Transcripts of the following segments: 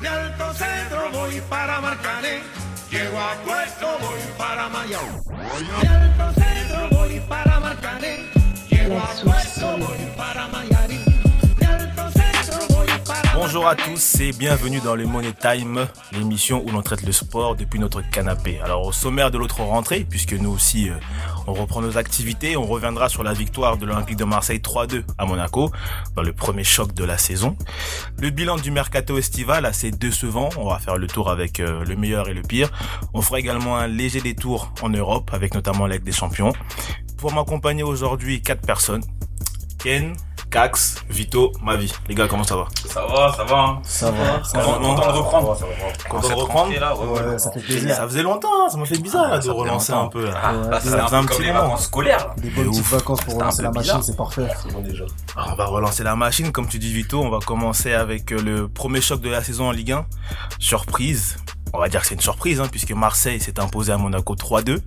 De Alto Cedro voy para Marcané, llego a Puerto, voy para Mayao. De Alto Cedro voy para Marcané, llego a Puerto, voy para Mayarí. De Alto Cedro voy para Bonjour à Marcané. tous et bienvenue dans le Money Time, l'émission où l'on traite le sport depuis notre canapé. Alors au sommaire de l'autre rentrée, puisque nous aussi euh, on reprend nos activités, on reviendra sur la victoire de l'Olympique de Marseille 3-2 à Monaco, dans le premier choc de la saison. Le bilan du mercato estival assez décevant, on va faire le tour avec euh, le meilleur et le pire. On fera également un léger détour en Europe, avec notamment la Ligue des Champions. Pour m'accompagner aujourd'hui, quatre personnes. Ken, Cax, Vito, Mavi. Les gars, comment ça va Ça va, ça va. Hein. Ça va. Content, content de reprendre. Content de Concept reprendre. rentré, Là, ouais, ouais. Ouais, ça fait plaisir. Ça faisait longtemps, hein, ça m'a fait bizarre là, Ouais, de ça fait relancer longtemps. un peu. Là. Ah, Ouais, ça là, c'est faisait un un peu petit comme les moment. vacances scolaires. là. Des de bonnes petites ouf. vacances pour C'était un relancer peu la machine, bizarre. c'est parfait. Alors, Ah, on va relancer la machine, comme tu dis Vito, on va commencer avec euh, le premier choc de la saison en Ligue 1. Surprise, on va dire que c'est une surprise, hein, puisque Marseille s'est imposé à Monaco 3-2.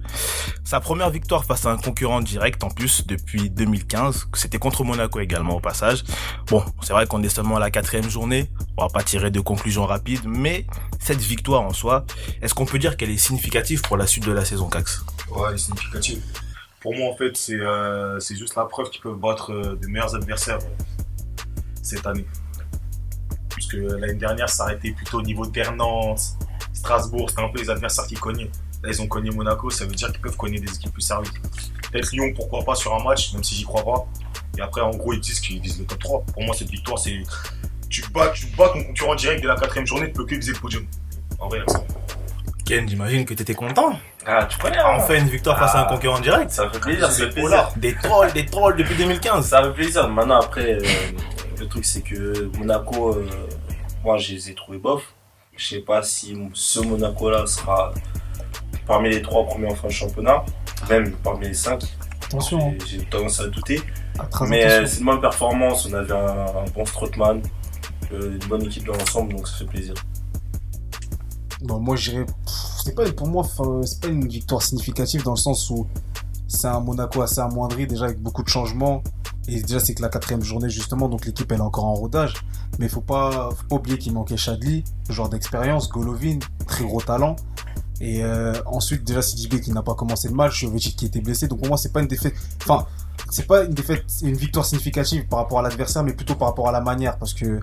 Sa première victoire face à un concurrent direct en plus depuis 2015, c'était contre Monaco également au passage. Bon, c'est vrai qu'on est seulement à la quatrième journée, on va pas tirer de conclusion rapide, mais cette victoire en soi, est-ce qu'on peut dire qu'elle est significative pour la suite de la saison Cax Ouais, il est significatif. Pour moi, en fait, c'est euh, c'est juste la preuve qu'ils peuvent battre euh, des meilleurs adversaires euh, cette année. Parce que l'année dernière, ça a été plutôt au niveau de Nantes, Strasbourg, c'était un peu les adversaires qu'ils cognaient. Là, ils ont cogné Monaco, ça veut dire qu'ils peuvent cogner des équipes plus sérieuses. Peut-être Lyon, pourquoi pas, sur un match, même si j'y crois pas. Et après, en gros, ils disent qu'ils visent le top 3. Pour moi, cette victoire, c'est. Tu bats, tu bats ton concurrent direct dès la quatrième journée, tu peux que viser le podium. En vrai, c'est- Ken, j'imagine que t'étais content. Ah, tu connais, hein. Enfin une victoire face à un Ah. concurrent direct. Ça fait plaisir, C'est c'est le plaisir. polar. Des trolls, des trolls depuis 2015. Ça fait plaisir. Maintenant, après, euh, le truc, c'est que Monaco, euh, moi, je les ai trouvés bof. Je sais pas si ce Monaco-là sera parmi les trois premiers en fin de championnat, même parmi les cinq. Attention, hein. J'ai- J'ai tendance à douter. Ah, très Mais euh, attention. c'est une bonne performance. On avait un, un bon Strootman, euh, une bonne équipe dans l'ensemble, donc ça fait plaisir. Bon, Bah, moi, j'irais. pff, C'est pas pour moi, enfin, c'est pas une victoire significative dans le sens où c'est un Monaco assez amoindri déjà avec beaucoup de changements. Et déjà, c'est que la quatrième journée justement, donc l'équipe elle est encore en rodage. Mais faut pas, faut pas oublier qu'il manquait Chadli, joueur d'expérience, Golovin, très gros talent. Et euh, ensuite déjà Sidibé qui n'a pas commencé le match, Jovetic qui était blessé. Donc pour moi, c'est pas une défaite. Enfin, c'est pas une défaite, une victoire significative par rapport à l'adversaire, mais plutôt par rapport à la manière, parce que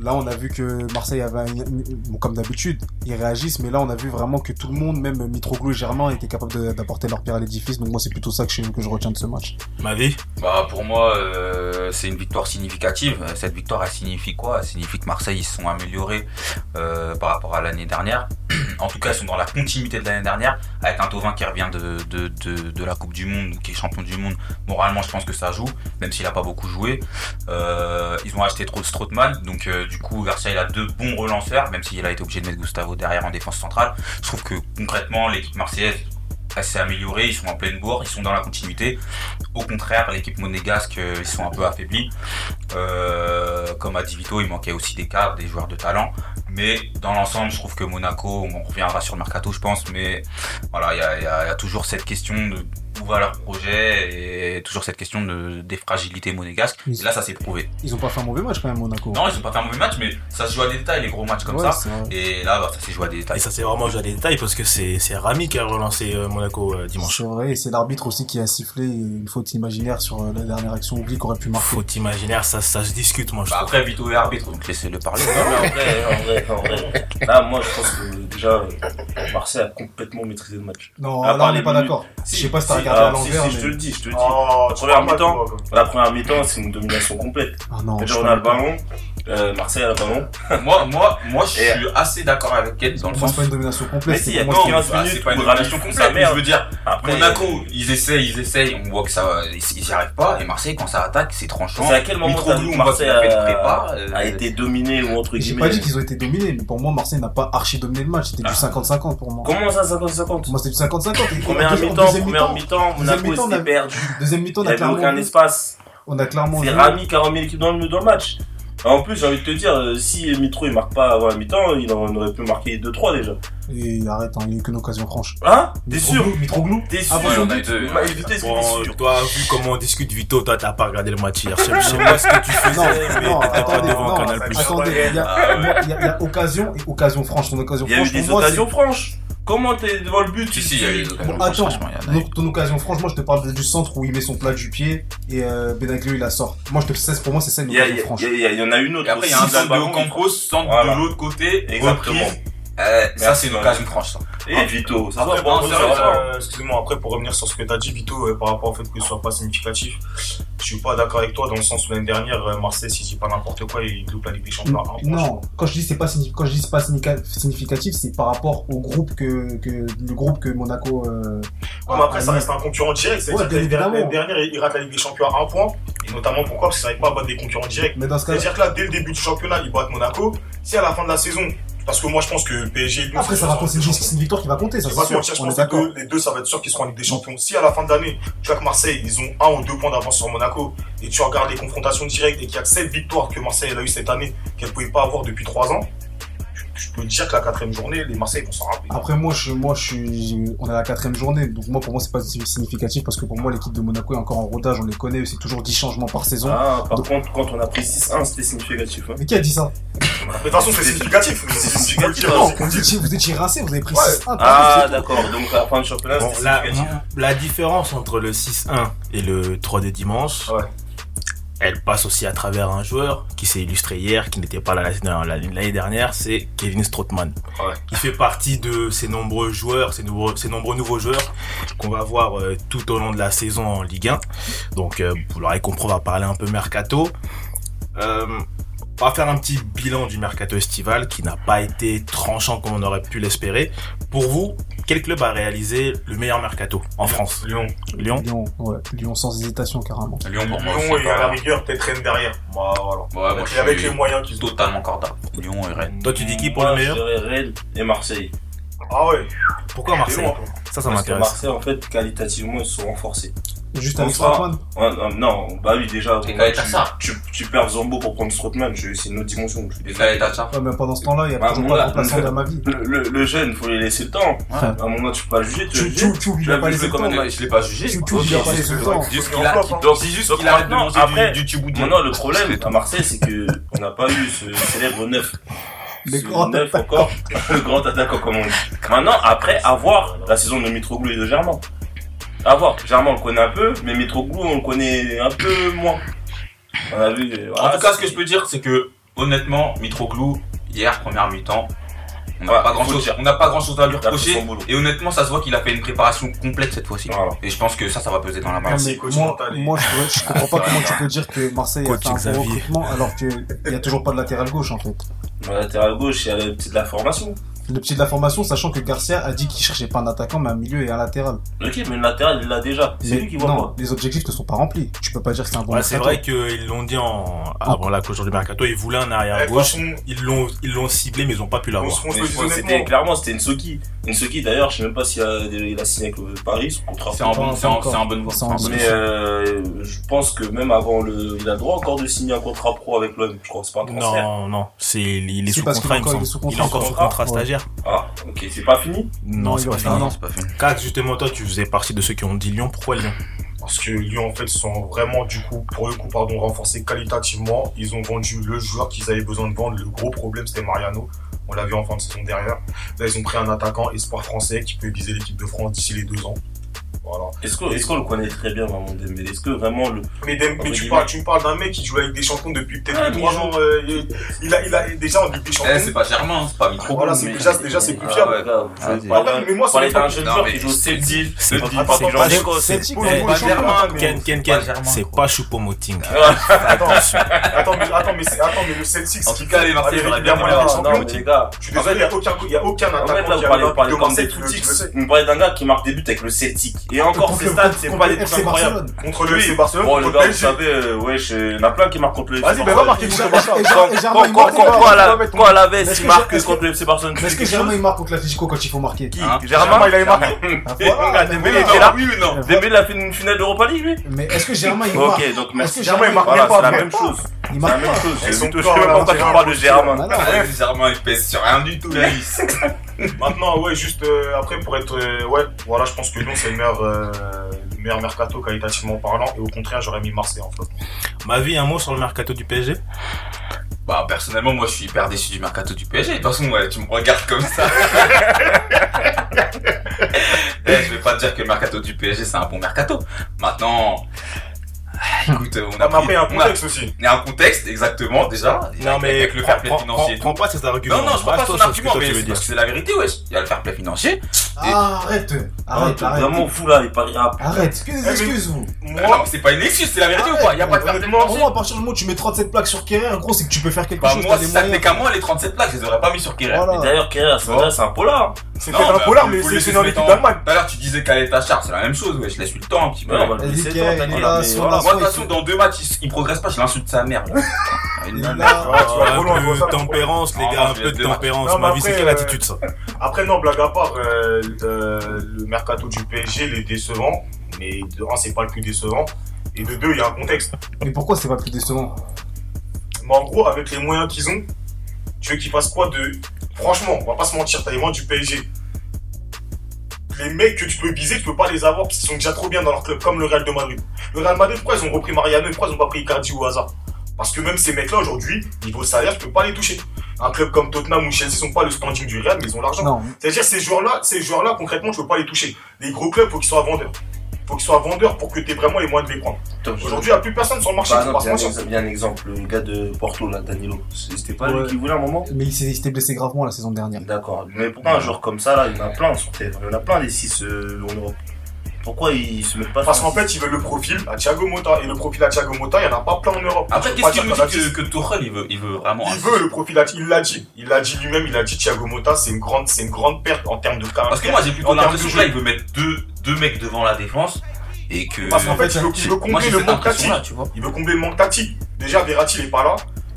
là, on a vu que Marseille avait, une- une- bon, comme d'habitude, ils réagissent, mais là, on a vu vraiment que tout le monde, même Mitroglou et Germain, étaient capables de- d'apporter leur pierre à l'édifice. Donc moi, c'est plutôt ça que je, que je retiens de ce match. Ma vie. Bah pour moi euh, c'est une victoire significative. Euh, Cette victoire elle signifie quoi Elle signifie que Marseille ils se sont améliorés euh, par rapport à l'année dernière. En tout cas ils sont dans la continuité de l'année dernière avec un Tovin qui revient de, de, de, de la Coupe du Monde, qui est champion du monde. Moralement je pense que ça joue, même s'il a pas beaucoup joué. Euh, ils ont acheté trop Strootman, donc euh, du coup Marseille a deux bons relanceurs, même s'il a été obligé de mettre Gustavo derrière en défense centrale. Je trouve que concrètement l'équipe marseillaise elle s'est améliorée, ils sont en pleine bourre, ils sont dans la continuité. Au contraire, l'équipe monégasque, euh, ils sont un peu affaiblis. Euh, comme à Divito, il manquait aussi des cadres, des joueurs de talent. Mais dans l'ensemble, je trouve que Monaco, on reviendra sur le mercato, je pense. Mais voilà, il y a, il y a- il y a toujours cette question de où va leur projet et toujours cette question de, des fragilités monégasques. Et là, ça s'est prouvé. Ils ont pas fait un mauvais match quand même, Monaco. Non, ils ont pas fait un mauvais match, mais ça se joue à des détails, les gros matchs comme Ouais, ça. c'est vrai. Et là, bah, ça s'est joué à des Ah, Et détails. ça, c'est vraiment joué à des détails parce que c'est c'est Rami qui a relancé euh, Monaco euh, dimanche. C'est vrai, et c'est l'arbitre aussi qui a sifflé une faute imaginaire sur euh, la dernière action oublie qu'aurait pu marquer. Faute imaginaire, ça, ça se discute, moi, je Bah, trouve. après, Vito est arbitre, donc laissez-le Ah. parler. Non, mais en vrai, en vrai, en vrai. Là, moi, je pense que déjà, euh, Marseille a complètement maîtrisé le match. Non, À là part on n'est les pas minutes. d'accord. Si, je sais pas si t'as si, regardé ah, à si, l'envers. si, mais... je te le dis, je te le dis. Oh, tu Première parles pas de mi-temps. toi, La première mi-temps, c'est une domination complète. Ah non, je Déjà, suis on pas a le d'accord. ballon. Euh, Marseille a le ballon. moi, moi, moi, je Et- suis assez d'accord avec elle dans le Pour moi, sens c'est pas une domination Mais complète. si, il c'est y a pour moi, c'est- 15 bah, minutes c'est pas une où Rami relation fout sa complète, mais merde. je veux dire, Après, euh, Monaco, ils essayent, ils essayent, on voit que ça, ils ils y arrivent pas, et Marseille, quand ça attaque, c'est tranchant. C'est à quel moment t'as vu Mitroglou, que on voit qu'il Marseille a fait le a, prépa, euh, a été dominé ou entre J'ai pas guillemets dit qu'ils ont été dominés, mais pour moi, Marseille n'a pas archi dominé le match. C'était du Ah. 50-50 pour moi. euh, Comment ça, Pour 50-50 moi, c'était du 50-50. Et en Première deuxi- en mi-temps, deuxième première mi-temps, Deuxième Monaco mi-temps, on a- s'est perdu. Deuxième mi-temps, on a Il n'y avait clairement aucun vu- espace. on a clairement C'est vu- Rami qui a remis l'équipe dans le, dans le match. En plus, j'ai envie de te dire, euh, si Mitro il marque pas avant la mi-temps, il en aurait pu marquer 2-3 déjà. Et arrête, hein, il n'y a eu qu'une occasion franche. Hein T'es sûr Mitroglou T'es sûr Ouais, on a eu deux, Bah, ouais. évitez ce Bon, qu'il est sûr. toi, vu comment on discute Vito, toi, t'as pas regardé le match hier. Je sais- je sais pas ce que tu faisais, Non, mais non, t'étais pas attendez, devant non, Canal+. Attendez, il y, a- Ah ouais. moi, il y a- il y a occasion et occasion franche. Ton occasion Il y a eu franche, des pour moi, occasions franches. Comment t'es devant le but Si, si, il y a eu des Bon, occasions. attends, franchement, il y en a eu. donc ton occasion, franchement, je te parle du centre où il met son plat du pied et euh, Benaglio il la sort. Moi, je te sais, pour moi, c'est ça une Il y, a- occasion il y a- franche. il y a- il y en a une autre. Et après, il y a aussi, un centre dans de le ballon. Ocampos, centre Voilà. de l'autre côté, Exactement. reprise. Euh, ça, c'est une Merci, occasion franche, ça. Et Vito, ça Après, va par pas contre, ça va pas. euh, excuse-moi, après, pour revenir sur ce que t'as dit, Vito, euh, par rapport au fait que ce soit pas significatif, je suis pas d'accord avec toi dans le sens où l'année dernière, euh, Marseille, s'il dit pas n'importe quoi, il loupe la Ligue des Champions. hein, franchement. Non, quand je dis c'est pas signif- quand je dis c'est pas significa- significatif, c'est par rapport au groupe que, que le groupe que Monaco. euh, Ouais, mais après, a ça mis. reste un concurrent direct. C'est Ouais, bien l'année dernière, l'année évidemment. dernière, il il rate la Ligue des Champions à un point, et notamment pourquoi Parce qu'ils n'arrivent pas à battre des concurrents directs. Mais dans ce cas, C'est-à-dire que là, dès le début du championnat, ils battent Monaco. Si à la fin de la saison, parce que moi, je pense que le PSG et nous, après, ça c'est- va compter. C'est une victoire qui va compter, ça. Je vais pas C'est te sûr. mentir, je On est pense que les d'accord. deux, les deux, ça va être sûr qu'ils seront en Ligue des Champions. Si à la fin de l'année, tu vois que Marseille, ils ont un ou deux points d'avance sur Monaco, et tu regardes les confrontations directes, et qu'il y a que sept victoires que Marseille elle a eu cette année, qu'elle pouvait pas avoir depuis trois ans, je- je peux te dire que la quatrième journée, les Marseillais vont s'en rappeler. Après, moi, je, moi, je suis, on est à la quatrième journée, donc moi, pour moi, c'est pas si- significatif parce que pour moi, l'équipe de Monaco est encore en rodage, on les connaît, c'est toujours 10 changements par saison. Ah, par contre, quand on a pris 6-1, c'était significatif. hein. Mais qui a dit ça Mais de toute façon, c'est significatif. C'est C'est significatif. significatif. Non, Non, vous étiez, vous étiez rincé, vous avez pris Ouais. 6-1. Ah, d'accord. Donc, à la fin du championnat, Bon, c'était la, significatif. la différence entre le 6-1 et le 3 de dimanche, Ouais. elle passe aussi à travers un joueur qui s'est illustré hier, qui n'était pas là la- la- l'année dernière, c'est Kevin Strootman. Ouais. Il fait partie de ces nombreux joueurs, ces nombreux, ces nombreux nouveaux joueurs qu'on va voir euh, tout au long de la saison en Ligue 1. Donc, euh, vous l'aurez compris, on va parler un peu mercato. Euh, on va faire un petit bilan du mercato estival qui n'a pas été tranchant comme on aurait pu l'espérer. Pour vous, quel club a réalisé le meilleur mercato en France Lyon. Lyon Lyon, ouais, Lyon sans hésitation, carrément. Lyon, pour moi, Lyon c'est et à la pas... Ouais, rigueur, peut-être Rennes derrière. Bah, voilà. moi, Avec- je avec suis les moyens qu'ils ont. totalement corda. Lyon et Rennes. Toi, tu dis qui pour Moi, le meilleur Je dirais Rennes et Marseille. Ah ouais. Pourquoi Marseille Lyon, hein, Ça, ça Parce que m'intéresse. Marseille, en fait, qualitativement, ils se sont renforcés. Juste Donc avec ça va. Strootman, Ouais, non, non, bah oui, déjà, Et bon, quand il tu, t'a ça. tu, tu perds Zambo pour prendre Strootman, je- c'est une autre dimension. je suis Et désolé. Gaël Tacha. ouais, mais pendant ce temps-là, il y a Bah, toujours voilà. pas de remplaçant de ma vie. Le, le, le jeune, faut lui laisser le temps. Enfin, À un moment, tu peux pas le juger, tu le tu, juges. tu, tu oublies Tu l'as pas vu les jouer comme temps. Ouais, Je l'ai pas jugé. Tu- tu Ok, oublies pas c'est- les temps. Juste Premier qu'il a- flop, qu'il- hein. donc, C'est juste Donc, qu'il arrête de maintenant, manger après- du, du tiboudier. Maintenant, le problème à Marseille, c'est que on n'a pas eu ce célèbre neuf. Les Ce grands neuf encore, le grand attaquant comme on dit. Maintenant, après, à voir la saison de Mitroglou et de Germain. À voir. Germain, on le connaît un peu, mais Mitroglou, on le connaît un peu moins. On a vu. En euh, voilà, tout cas, c'est- ce que je peux dire, c'est que honnêtement, Mitroglou, hier, première mi-temps, on n'a Ouais, pas faut grand le chose, dire. on n'a pas grand chose à lui Il a fait reprocher. son boulot. Et honnêtement, ça se voit qu'il a fait une préparation complète cette fois-ci. Voilà. Et je pense que ça, ça va peser dans la main. Merci, Non, mais coach moi, mental. moi, je, ouais, je comprends pas comment tu peux dire que Marseille a Coach fait un bon Xavier. recrutement alors qu'il n'y a toujours pas de latéral gauche en fait. La latéral gauche, il y a le petit de la formation. Le petit de la formation, sachant que Garcia a dit qu'il cherchait pas un attaquant mais un milieu et un latéral. Ok, mais le latéral, il l'a déjà. C'est Mais lui qui voit non, pas. les objectifs ne sont pas remplis. Tu peux pas dire que c'est un bon Ouais, c'est mercato. vrai qu'ils l'ont dit en... avant la clôture du mercato, ils voulaient un Eh, arrière de toute gauche. façon, Ils l'ont, ils l'ont ciblé, mais ils n'ont pas pu on l'avoir. se on se Mais le je dit pense que C'était honnêtement. clairement, c'était une Soki. Une Soki, d'ailleurs, je sais même pas s'il a, il a signé avec le Paris, son contrat. C'est en Pas- bonne, pas c'est en, encore. c'est en bonne voie. Sans c'est en bonne doute. Mais euh, je pense que même avant le. Il a le droit encore de signer un contrat pro avec l'OM, je crois. C'est pas un transfert. Non, non, c'est, il est Si, sous parce contrat, il qu'il me est semble. encore- il est sous Il est encore contrat. sous contrat Ouais. stagiaire. Ah, ok, c'est pas fini Non, Non, c'est il pas va- fini. voie. Ah, Non, non. c'est pas fini. Kat, justement, toi, tu faisais partie de ceux qui ont dit Lyon. Pourquoi Lyon Parce que Lyon, en fait, se sont vraiment, du coup, pour le coup, pardon, renforcés qualitativement. Ils ont vendu le joueur qu'ils avaient besoin de vendre. Le gros problème, c'était Mariano. On l'a vu en fin de saison derrière. Là, ils ont pris un attaquant espoir français qui peut aiguiser l'équipe de France d'ici les deux ans. Voilà. Est-ce qu'on est qu'on le connaît très bien, vraiment, Dembélé Est-ce que vraiment le. Mais, Dem- mais tu, parles, tu me parles d'un mec qui joue avec des champions depuis Ouais, peut-être Ah, mais trois il ans. euh, il, il a, il a déjà en Ligue des champions. Eh, c'est pas Germain, c'est pas Mitroglou. Voilà, c'est mais- déjà- déjà, c'est plus Ah, fiable. ouais, regarde, vous Ah, pouvez c'est- parler Attends, d'un- mais moi, c'est parler les d'un top- jeune Non, joueur mais qui joue au c'est- Celtic. c'est- le c'est- Divan, c'est- Jean- c'est- Jean- Celtic, Pour Eh, le coup, pas le champion, Germain, attends, mais- Ken, Ken, pas Ken, Germain, c'est quoi. pas Ah. Choupo-Moting. Attends, attends, mais, attends, mais, c'est- attends, mais le Celtic, En ce tout qui cas, fait les Marseillais, avec j'aurais la bien Ligue voulu des Ah, avoir Champions, Non, mais les gars. Je suis désolé, il n'y a aucun, il y a aucun En fait, là, attaquant vous qui a parlez, vous l'Olympique parlez de comme Marseille c'est qui tout le- qui le sait. Vous parlez d'un gars qui marque des buts avec le Celtic. Et Ah, encore, ces stats, c'est pas des trucs FC incroyables. Barcelone. Contre le FC Barcelone, Bon, contre les le gars, vous PSG. savez, euh, wesh, euh, il y en a plein qui marquent contre le Vas-y, FC mais va Barcelone. marquer contre le Barça. Et Quand, Germain, et quand, Germain, il quand, marque, il quand, marque. à la- mettre- quand à la veste, Est-ce il que marque Germain- est-ce contre le FC Barcelone. Mais est-ce que Germain il marque contre l'Atlético quand il faut marquer Qui Hein Germain, Germain il avait marqué. Ah, Et- voilà, regarde, mais Dembélé, voilà. était là. Ah Oui ou non Voilà. Dembélé a fait une finale d'Europa League, lui Mais est-ce que Germain il marque Ok, donc merci. que Germain, il marque Voilà, même pas. c'est la même chose. Il C'est la marque même pas. chose. Elles Je sont ne touche corps, même là, pas on quand tu dirait parles de un Germain. Bah non. Ah, ouais, bizarrement, il pèse sur rien du tout, là. il- Maintenant, ouais, juste euh, après, pour être. euh, ouais, voilà, je pense que Lyon, c'est le meilleur, euh, le meilleur mercato qualitativement parlant. Et au contraire, j'aurais mis Marseille en flop. Ma vie, un mot sur le mercato du PSG Bah, personnellement, moi, je suis hyper déçu du mercato du PSG. De toute façon, ouais, tu me regardes comme ça. Eh, je vais pas te dire que le mercato du PSG, c'est un bon mercato. Maintenant, ah, écoute, on a Ah, mais après, il y a un pris- on a- contexte aussi. Il y a un contexte, exactement, déjà. Avec- avec le fair play financier et tout. Prends pas ses arguments. Non, non, je prends pas Reste son sur ce que argument, toi, tu mais veux c'est dire. parce que c'est la vérité, wesh. Il y a le fair play financier. Ah, arrête. Arrête, Ah, t'es arrête. vraiment fou là, les paris. Ah, Arrête. Que des mais- excuses, vous. Ah non, Moi, mais c'est pas une excuse, c'est la vérité Arrête, ou quoi Bah, Il y a pas de fair play honnêtement, Pour financier. moi, à partir du moment où tu mets 37 plaques sur Kerr, gros, c'est que tu peux faire quelque Bah, chose. moi, t'as si les ça tenait moyens. qu'à moi, les 37 plaques, je les aurais pas mis sur Kerr. Voilà. mais D'ailleurs, Kerr, c'est vrai, c'est un polar. c'était un bah, polar, mais c'est dans l'équipe d'Allemagne. Tout à l'heure, tu disais qu'elle est ta char, c'est la même chose, wesh. Laisse-lui le temps un petit peu. Ouais, on va le Vas-y, laisser Kerr, temps, il est t'inquiète, là, mais sur voilà. la- Moi, de toute façon, dans deux matchs, il- il progresse pas, je l'insulte sa mère. là. Une Il est blague. là. Ah, tu vas trop loin, Un je vois peu ça. de tempérance, les Ah, gars, un je peu vais de demain. Non, tempérance. mais Ma vie, c'est après, quelle euh, attitude ça Après, non, blague à part, euh, euh, le mercato du PSG, il est décevant. Mais de un, c'est pas le plus décevant. Et de deux, il y a un contexte. Mais pourquoi c'est pas plus décevant Mais en gros, avec les moyens qu'ils ont, tu veux qu'ils fassent quoi de. Franchement, on va pas se mentir, t'as les moyens du PSG. Les mecs que tu peux viser, tu peux pas les avoir parce qu'ils sont déjà trop bien dans leur club, comme le Real de Madrid. Le Real Madrid, pourquoi ils ont repris Mariano et pourquoi ils ont pas pris Icardi au hasard Parce que même ces mecs-là, aujourd'hui, niveau salaire, tu peux pas les toucher. Un club comme Tottenham ou Chelsea sont pas le standing du Real, mais ils ont l'argent. Non, C'est-à-dire ces joueurs-là, ces joueurs-là concrètement, tu peux pas les toucher. Les gros clubs, faut qu'ils soient vendeurs. Faut qu'ils soient vendeurs pour que tu aies vraiment les moyens de les prendre. Aujourd'hui, il n'y a plus personne sur le marché, Par faut pas se exemple, mentir. il y a un- il y a un exemple, le gars de Porto, là, Danilo. C'était pas Ouais. lui qui voulait un moment mais il s'est- il s'était blessé gravement la saison dernière. D'accord. Mais pourquoi un joueur comme ça, là, il y en a plein sur Terre Il y en a plein des 6 en Europe. Pourquoi ils se mettent pas Parce sur qu'en fait, ils veulent le profil à Thiago Motta. Et le profil à Thiago Motta, il n'y en a pas plein en Europe. Après, Je peux pas qu'est-ce qu'il dire nous qu'on a dit dix. que, que Tuchel, il veut, il veut vraiment un- Il veut le profil à Il l'a dit. Il l'a dit lui-même. Il a dit Thiago Motta, c'est une grande, c'est une grande perte en termes de caractère. Parce que moi, j'ai plutôt En termes l'impression de que là, jeu. il veut mettre deux, deux mecs devant la défense et que. Parce qu'en fait, il veut, il veut Moi, combler j'ai le cette manque tactique. impression-là, tu vois. Il veut combler le manque tactique. Déjà, Verratti, il n'est pas là.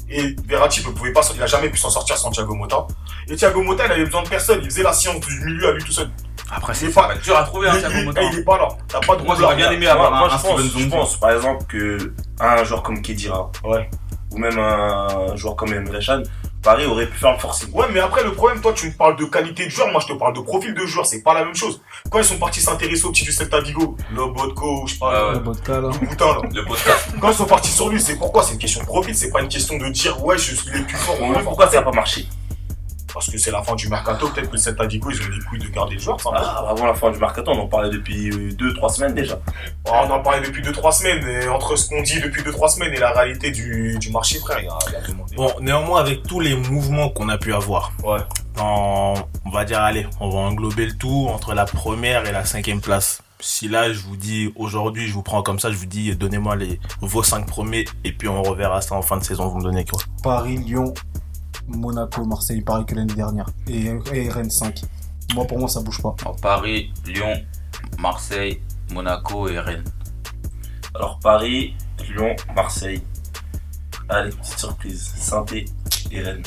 Et Verratti ne pouvait pas, il n'a jamais pu s'en sortir sans Thiago Motta. Et Thiago Motta, il avait besoin de personne. Il faisait la science du milieu à lui tout seul. Après, Il c'est est pas- ça va être dur à trouver, hein, il, Thiago il- Motta. il est pas là. T'as pas de Moi, rôle j'aurais là. bien aimé Moi, avoir moi, un, un je, pense, Steven je Zonzo. pense, par exemple, que un joueur comme Kedira, Ouais. ou même un joueur comme Emre Can, Paris aurait pu faire le forcing. Ouais, mais après, le problème, toi, tu me parles de qualité de joueur, moi, je te parle de profil de joueur, c'est pas la même chose. Quand ils sont partis s'intéresser au petit du Celta Vigo, Lobotko, je sais pas, Ah Ouais, Le vodka, là. le boutin, là. Le podcast. Quand ils sont partis sur lui, c'est pourquoi C'est une question de profil, c'est pas une question de dire, ouais, je suis les plus forts. Pour moi, ou moins forts. pourquoi ça n'a pas marché Parce que c'est la fin du mercato, peut-être que le Celta Vigo, ils ont les couilles de garder le joueur, ça. Ah, Avant la fin du mercato, on en parlait depuis 2-3 semaines déjà. Oh, on en parlait depuis 2-3 semaines, et entre ce qu'on dit depuis 2-3 semaines et la réalité du, du marché, frère, il y a, il y a demandé. Bon, néanmoins, avec tous les mouvements qu'on a pu avoir, Ouais. dans- on va dire, allez, on va englober le tout entre la première et la cinquième place. Si là, je vous dis, aujourd'hui, je vous prends comme ça, je vous dis, donnez-moi les, vos cinq premiers, et puis on reverra ça en fin de saison, vous me donnez quoi. Paris, Lyon, Monaco, Marseille, pareil que l'année dernière. Et, et Rennes 5. Moi, pour moi, ça bouge pas. Alors, Paris, Lyon, Marseille, Monaco et Rennes. Alors Paris, Lyon, Marseille. Allez, petite surprise. Sainté et Rennes.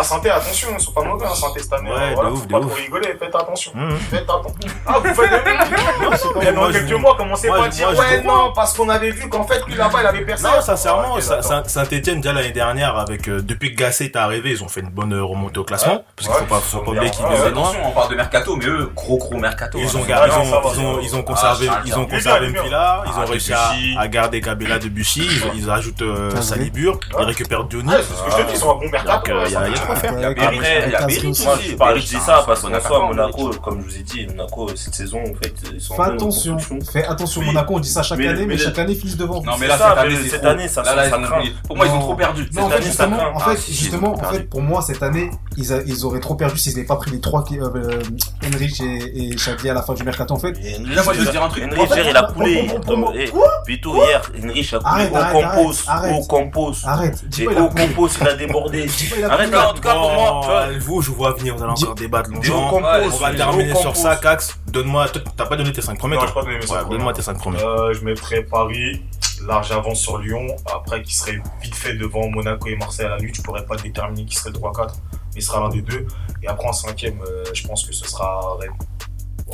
Ah, Santé, attention, ils sont pas mauvais, hein, Santé, cette année. Ouais, hein, de voilà, ouf, faut de pas ouf. trop rigoler, faites attention. Mmh. Faites attention. Ah, vous faites le même Il y a dans Moi, je quelques vous- mois, commencez moi, pas à je- dire moi, je ouais, comprends. non, parce qu'on avait vu qu'en fait, lui là-bas, il avait personne. Non, sincèrement, Ok, Sa- d'accord. Saint- Saint-Etienne, déjà l'année dernière, avec, euh, depuis que Gasset est arrivé, ils ont fait une bonne euh, remontée au classement, Ouais. parce qu'il faut Ouais, pas, faut pas bien. oublier qu'ils Ah, Ouais, viennent de loin. Attention, on parle de mercato, mais eux, gros gros mercato. Ils ont, hein. gardé, Ah, ils, ça ont, va, ils, ça ont, va. ils ont conservé, Ah, ils ont bien, conservé bien. Mpila, ils Ah, ont réussi à, Debuchy. à garder Gabella de Buchy, ils, ont- ils ajoutent euh, Ah, Salibur, Ouais. ils récupèrent Diony. Ouais, c'est ce que je te dis, ils sont un bon Donc, mercato. hein, euh, ouais, y a- ça y a- fait- Il y a Avec- Berry, il Après, y a avec Berry Casper aussi. Moi, je parlais de Berry, ça c'est parce qu'en un soi, attaquant, Monaco, Berry. comme je vous ai dit, Monaco, cette saison, en fait, ils sont en Fais pleine attention, reconstruction. fais attention, Oui. Monaco, on dit ça chaque Mais- année, mais, mais- chaque année, ils finissent devant. Non, mais C'est là, ça, cette année, mais c'est cette trop. année, ça- Là, là, ça ils ont craint. oublié. Pour moi, ils ont Non. trop perdu. Non, en Cette fait, année, ça justement, craint. en Ah, fait, si, si, ils ont justement, trop en perdu. fait, pour moi, cette année, ils, a- ils auraient trop perdu s'ils n'avaient pas pris les trois qui, euh, euh, Henrich et, et Xavi à la fin du mercato, en fait. Déjà, moi, je veux dire un truc. Henry, En fait, hier, il a coulé. on- on- on- Eh, quoi Plutôt hier, Henry a coulé. Arrête, arrête, Au compos, arrête, Ah, au compos. Arrête, dis J'ai pas, il a au coulé. compos, il a débordé. Dis pas, il a Arrête coulé. là, en tout cas, pour moi, tu vois, Oh, vous, je vous vois venir, vous allez encore débattre Des longtemps. compos, ouais, On va terminer sur ça, Cax. Donne-moi, toi, t'as pas donné tes 5 premiers, Non, toi je crois que mes Ouais, cinq donne-moi tes 5 premiers. Euh, Je mettrais Paris, large avance sur Lyon. Après, qui serait vite fait devant Monaco et Marseille à la nuit, tu pourrais pas déterminer qui serait 3-4, mais il sera l'un des deux. Et après, en cinquième, euh, je pense que ce sera Rennes.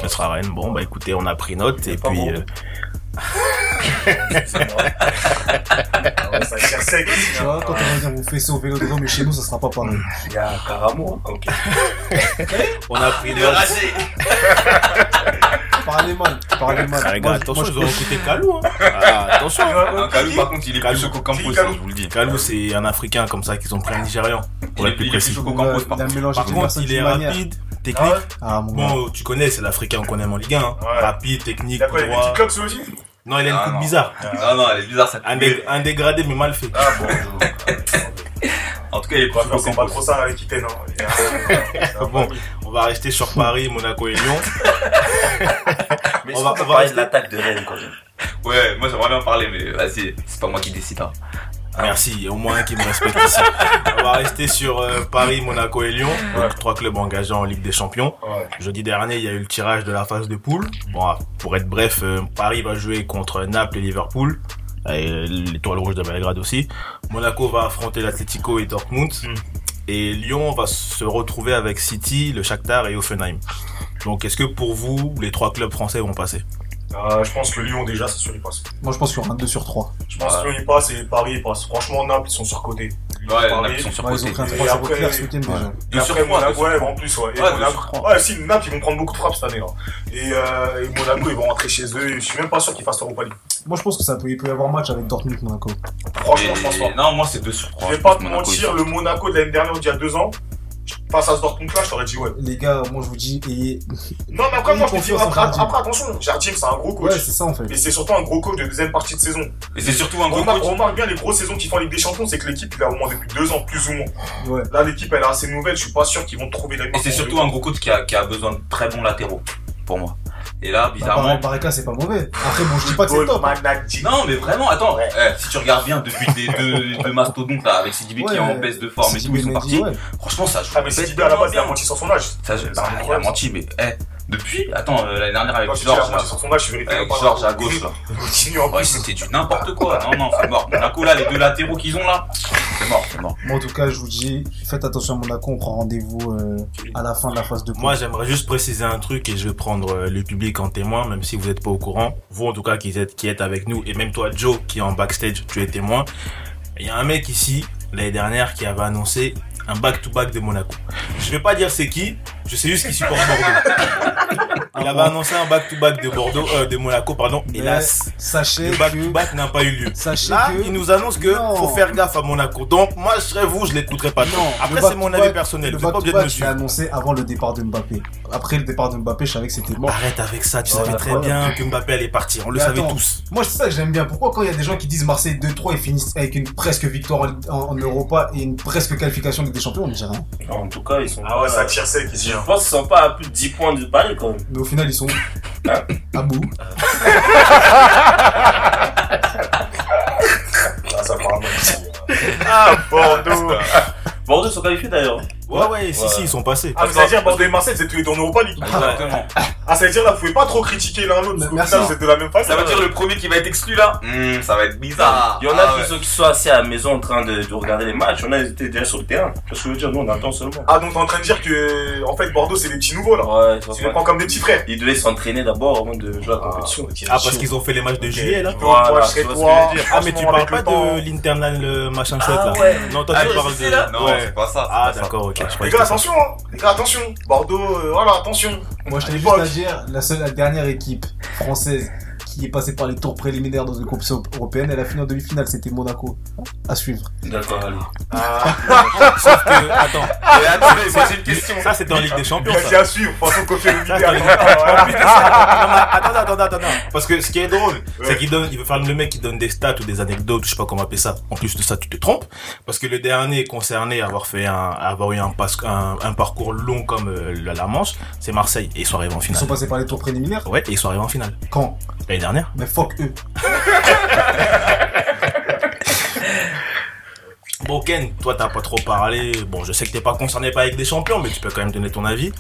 Ce sera Rennes. Bon, bah écoutez, on a pris note, et pas puis, bon. euh, Ah ouais, ça tire sec. Tu vois, quand on va dire on fait ça au vélodrome et chez nous, ça sera pas pareil. Il y a Caramo. Ok. On a pris Le note. Ah, rasé Parlez mal, parlez mal. Ah, les gars, Moi, je- attention, moi, ils ont recruté Kalou. Hein. Ah, attention. Ah, Kalou, par contre, il est Kalou. plus chaud qu'au Campos, hein, je vous le dis. Kalou, c'est un Africain comme ça qu'ils ont pris un Nigérian. Il Pour est être plus il plus est plus précis. chaud je- qu'au on va- Campos, par la contre. mélanger Par deux contre, personnes il est d'une manière. rapide, Ah technique. ouais Ah, mon gars. Bon, tu connais, c'est l'Africain qu'on aime en Ligue 1. hein. Ouais. Rapide, Il technique, y a quoi, il y a des droit. petits cops aussi Non, il a une Ah, coupe non. bizarre. Ah non, elle est bizarre, cette Un, dé- un dégradé, mais mal fait. Ah bon. En tout cas, il est plus Je chaud pense qu'au qu'on bat Campos. trop ça avec Iten. hein. Bon, on va rester sur Paris, Monaco et Lyon. Mais On on va va- on va parler rester- de l'attaque de Rennes quand même. Ouais, moi j'aimerais bien en parler, mais vas-y, c'est pas moi qui décide. Hein. Ah, Merci, il y a au moins un qui me respecte ici. On va rester sur euh, Paris, Monaco et Lyon. Donc, trois clubs engagés en Ligue des Champions. Ouais. Jeudi dernier, il y a eu le tirage de la phase de poule. Bon, ah, pour être bref, euh, Paris va jouer contre Naples et Liverpool. Et euh, l'étoile rouge de Belgrade aussi. Monaco va affronter l'Atlético et Dortmund. Mm. Et Lyon va se retrouver avec City, le Shakhtar et Offenheim. Donc, est-ce que pour vous, les trois clubs français vont passer Euh, Je pense que Lyon, déjà, c'est sûr, il passe. Moi, je pense qu'il y aura un 2 sur 3. Je pense que Lyon, il passe et Paris, il passe. Franchement, Naples, ils sont surcotés. Ouais, Paris. ils sont Ouais, ils ont surcotés. pris un Et 3-0 après, clair ce week-end déjà. Et Deux après, sur trois, Monaco, deux ouais, sur trois. en plus, ouais. Et Ouais, deux Monaco- sur trois. Ouais, si, Naples, ils vont prendre beaucoup de frappes cette année. là. Et, euh, et Monaco, ils vont rentrer chez eux. Je suis même pas sûr qu'ils fassent l'Europa League. Moi, je pense que ça peut, il peut y avoir match avec Dortmund Monaco. Franchement, je pense pas. Et- Non, moi c'est 2 sur 3. Je vais pas te mentir, le Monaco de l'année dernière, d'il y a deux ans, face à ce Dortmund-là, je t'aurais dit ouais. Les gars, moi, je vous dis, ayez- Non, mais après, Oui, moi, je te dis, confiance en après, Jardim. après, attention, Jardim, c'est un gros coach. ouais, c'est ça en fait. Et c'est surtout un gros coach de deuxième partie de saison. Et c'est surtout un On gros remarque, coach. remarque bien les grosses saisons qui font en Ligue des Champions, c'est que l'équipe, il a au moins depuis deux ans, plus ou moins. Ouais. Bah, Là, l'équipe, elle est assez nouvelle, je suis pas sûr qu'ils vont trouver la Et c'est surtout un gros coach qui a, qui a besoin de très bons latéraux, pour moi. Et là, Bah, Bar- bizarrement. Baraka, c'est pas mauvais. Après, bon, je dis pas que c'est top. hein. Non, mais vraiment, attends, eh, si tu regardes bien depuis les deux, deux mastodontes là, avec Sidibe qui Ouais, est en ouais. baisse de forme et C'est tout, ils sont Benedi, partis. ouais. Franchement, ça joue. Ah, mais c'est Dibé à la base, il a menti sur son âge. Ça, je- C'est bah, le il a problème. menti, mais eh, depuis, attends, euh, l'année dernière avec Moi, je suis déjà Georges, là, menti sur son âge, je suis avec véritablement. Georges à gauche là. Il Continue en Ouais, plus. c'était du n'importe quoi. Non, non, c'est mort. Monaco, là, les deux latéraux qu'ils ont là, c'est mort, c'est mort. Moi, en tout cas, je vous dis, faites attention à Monaco. On prend rendez-vous euh, à la fin de la phase de poule. Moi, j'aimerais juste préciser un truc et je vais prendre euh, le public en témoin, même si vous n'êtes pas au courant. Vous, en tout cas, qui êtes, qui êtes avec nous, et même toi, Joe, qui est en backstage, tu es témoin. Il y a un mec ici, l'année dernière, qui avait annoncé un back-to-back de Monaco. Je vais pas dire c'est qui, je sais juste qu'il supporte Bordeaux. Il avait annoncé un back-to-back de Bordeaux, euh, de Monaco, pardon. Ah Mais Hélas, sachez le que, back-to-back n'a pas eu lieu. sachez Là, que, il nous annonce que Non. faut faire gaffe à Monaco. Donc, moi, je serais vous, je l'écouterai pas. Non, Après, le c'est mon avis back-to-back- personnel. Le Vous êtes pas obligé de me back-to-back, je l'ai suivre. annoncé avant le départ de Mbappé. Après le départ de Mbappé, je savais que c'était mort. Arrête avec ça, tu Oh, savais la très preuve. bien que Mbappé allait partir, on le Mais savait attends. tous. Moi, c'est ça que j'aime bien. Pourquoi quand il y a des gens qui disent Marseille 2-3 et finissent avec une presque victoire en, en Europa et une presque qualification de Ligue des Champions, on hein. ne dit rien. En tout cas, ils sont. Ah ouais, ça pas- tire sec ici. Je hein. pense qu'ils sont pas à plus de 10 points du Paris quand même. Mais au final, ils sont à bout. Ah, ça parle mal ici. Ah, Bordeaux Bordeaux sont qualifiés d'ailleurs. Ouais, ouais, si, Ouais. si, ils sont passés. Ah, mais ça veut dire, Bordeaux et Marseille, c'est tous les deux en Europa League. Exactement. Ah, ça veut dire, là, vous pouvez pas trop critiquer l'un l'autre, parce qu'au Merci. final, vous êtes de la même famille. Ça veut dire le premier qui va être exclu là Hmm, Ça va être bizarre. Il y en a Ah, qui ouais. sont, qui sont assis à la maison en train de, de regarder les matchs, il y en a ils étaient déjà sur le terrain. Tu vois ce que je veux dire Nous on attend seulement. Ah, donc t'es en train de dire que, en fait, Bordeaux, c'est des petits nouveaux, là. Ouais, ils Tu sont les prends pas- comme des petits frères. Ils devaient s'entraîner d'abord avant de jouer à la compétition. Ah, parce qu'ils ont fait les matchs de juillet, là. Toi, toi, Voilà, je serais tu vois ce toi. que je veux dire. Ah, mais tu Franchement, parles avec pas le temps- de l'internal euh, machin chouette, Ah là. ouais Non, toi, Ah, tu mais parles c'est de... là Non, Ouais. c'est pas ça. c'est Ah, pas ça. d'accord, ok. je Les croyais que gars, c'était- attention, hein. Les gars, attention. Bordeaux, euh, voilà, attention. Moi, je À t'avais juste l'époque. à dire, la seule, la dernière équipe française qui est passée par les tours préliminaires dans une compétition européenne, elle a fini en demi-finale. C'était Monaco. À suivre. D'accord, allez. Sauf que, attends, Et attends, mais moi, j'ai une question. ça, c'était en Ligue des Champions, Bien ça. dit à suivre. Façon, copier le Ça, vidéo. c'est Ah, putain, ça- Attends, attends, attends, attends. Parce que ce qui est drôle, c'est Ouais. qu'il donne, il veut faire le mec qui donne des stats ou des anecdotes, je sais pas comment appeler ça. En plus de ça, tu te trompes. Parce que le dernier concerné à avoir fait un, à avoir eu un, passe- un, un parcours long comme euh, la la Manche, c'est Marseille. Et ils sont arrivés en Ils finale. sont passés par les tours préliminaires. Ouais, et ils sont arrivés en finale. Quand L'année dernière. Mais fuck eux. Bon, Ken, toi, t'as pas trop parlé. Bon, je sais que t'es pas concerné par avec des champions, mais tu peux quand même donner ton avis.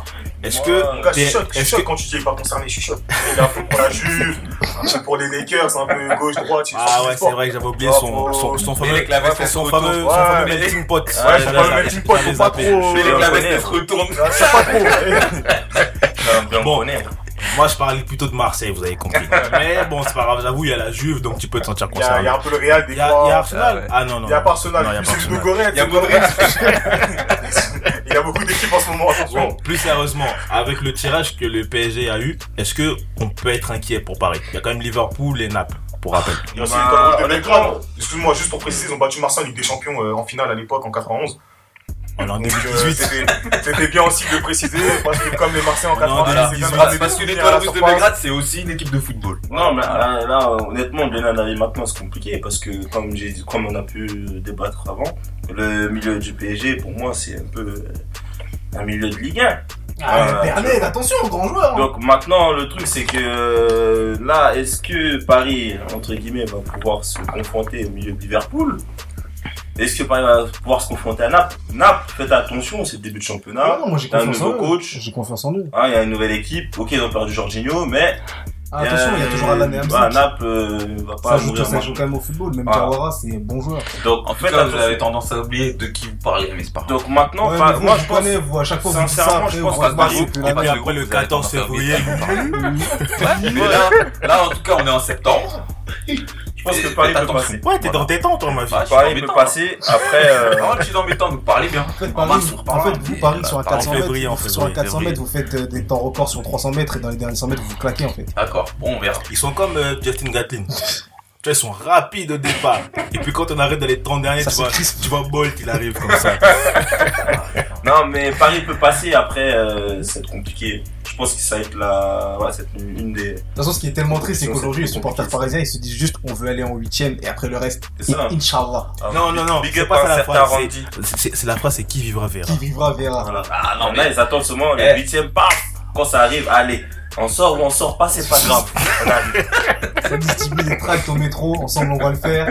Est-ce Mon que, gars, je suis t'es- choc, je suis est-ce que, choc quand tu dis il est pas concerné, je suis choc. Il a un peu pour la Juve, un peu pour les Lakers, un peu gauche-droite. ah ouais, c'est vrai que j'avais oublié Oh, son, son, son Mais fameux, avec la veste son, son photo. fameux, son Ouais, fameux mais- melting pot. Ouais, c'est pas le même team pot, j'avais faut pas zappé. trop. Mais euh, les on la veste connaît. se retourne. Je sais pas trop. Ah, bien, on Bon. connaît. Moi, je parlais plutôt de Marseille, vous avez compris. Mais bon, c'est pas grave, j'avoue, il y a la Juve, donc tu peux te sentir Il y, a- il y concerné. a un peu le Real des Il y a, il y a fois. Ah Arsenal ouais. Ah non, non. Il y a pas Arsenal, Non, il y a il pas y a Arsenal. Ludogorets, Il y a c'est Godret. Il y a beaucoup d'équipes en ce moment, Bon, attention. plus sérieusement, avec le tirage que le PSG a eu, est-ce que on peut être inquiet pour Paris Il y a quand même Liverpool et Naples, pour rappel. Il y a aussi une Rouge de Belgrade. Excuse-moi, juste pour préciser, ils ont battu Marseille en Ligue des Champions euh, en finale à l'époque en 91. On est en Donc, euh, 2018. c'était- C'était bien aussi de préciser, parce que comme les Marseilles en On est en 91, c'est 2018. quand même des Parce que souvenirs l'étoile à la rouge de surface. Belgrade, c'est aussi une équipe de football. Non, mais là, là, honnêtement, donner un avis maintenant, c'est compliqué parce que, comme, j'ai dit- comme on a pu débattre avant, le milieu du PSG, pour moi, c'est un peu euh, un milieu de Ligue 1. Ah, Ouais, Bernard, attention, grand joueur. hein. Donc maintenant, le truc, c'est que euh, là, est-ce que Paris, entre guillemets, va pouvoir se confronter au milieu de Liverpool Est-ce que Paris va pouvoir se confronter à Naples Naples, faites attention, c'est le début de Ah championnat. non, moi j'ai t'as un confiance en nouveau eux. coach. J'ai confiance en eux. Hein, Il y a une nouvelle équipe. Ok, ils ont perdu Jorginho, mais. Ah, attention, il y a toujours un année bah, absente. Naples euh, va pas Ça joue, mourir. ça joue quand même au football. Même Ah. Kawara, c'est bon joueur. Donc, En tout faites cas, vous attention. avez tendance à oublier de qui vous parlez, mais c'est pas grave. Donc maintenant, Ouais, enfin, mais vous, moi vous je pense. connaissez, vous, à chaque fois, vous dites ça, Sincèrement, après, je pense on pas se que barre Paris- plus Et la parce merde. puis que après, le vous avez 14 tendance à oublier février, qui vous parlez. Ouais, mais là, là, en tout cas, on est en septembre. Je pense que Paris peut passer. Ouais, t'es Voilà. dans tes temps, toi, ma vie. Bah, je suis Paris embêtant, peut passer. Après, euh, Ah, je suis embêtant, donc parlez bien. En fait, On marche Paris, sur en Paris, fait, vous, mais, Paris, euh, sur un en 400 mètres, février, en sur un février, 400 février. mètres, vous faites euh, des temps records sur 300 mètres et dans les derniers 100 mètres, vous vous claquez, en fait. D'accord, bon, on verra. Ils sont comme euh, Justin Gatlin. tu vois, ils sont rapides au départ. Et puis quand on arrive dans les 30 derniers, Ça, tu c'est vois, crisp. tu vois Bolt, il arrive comme ça. Non, mais Paris peut passer. Après, euh, ça va être compliqué. Je pense que ça va être la. Voilà, c'est une, une des. De toute façon, ce qui est tellement triste, c'est Sur qu'aujourd'hui, les cette supporters compétition. parisiens, ils se disent juste, on veut aller en huitième et après le reste, C'est ça. Inch'Allah. Non, non, non, hein. Big c'est up pas à ça un la certain phrase, c'est- Randy. C'est c'est la phrase, c'est qui vivra verra. Qui vivra, verra. Voilà. Ah non, mais- là, ils attendent seulement les Eh. huitièmes. Paf Quand ça arrive, allez. On sort ou on sort pas, c'est pas grave. On arrive. On distribue des tracts au métro, ensemble, on va le faire.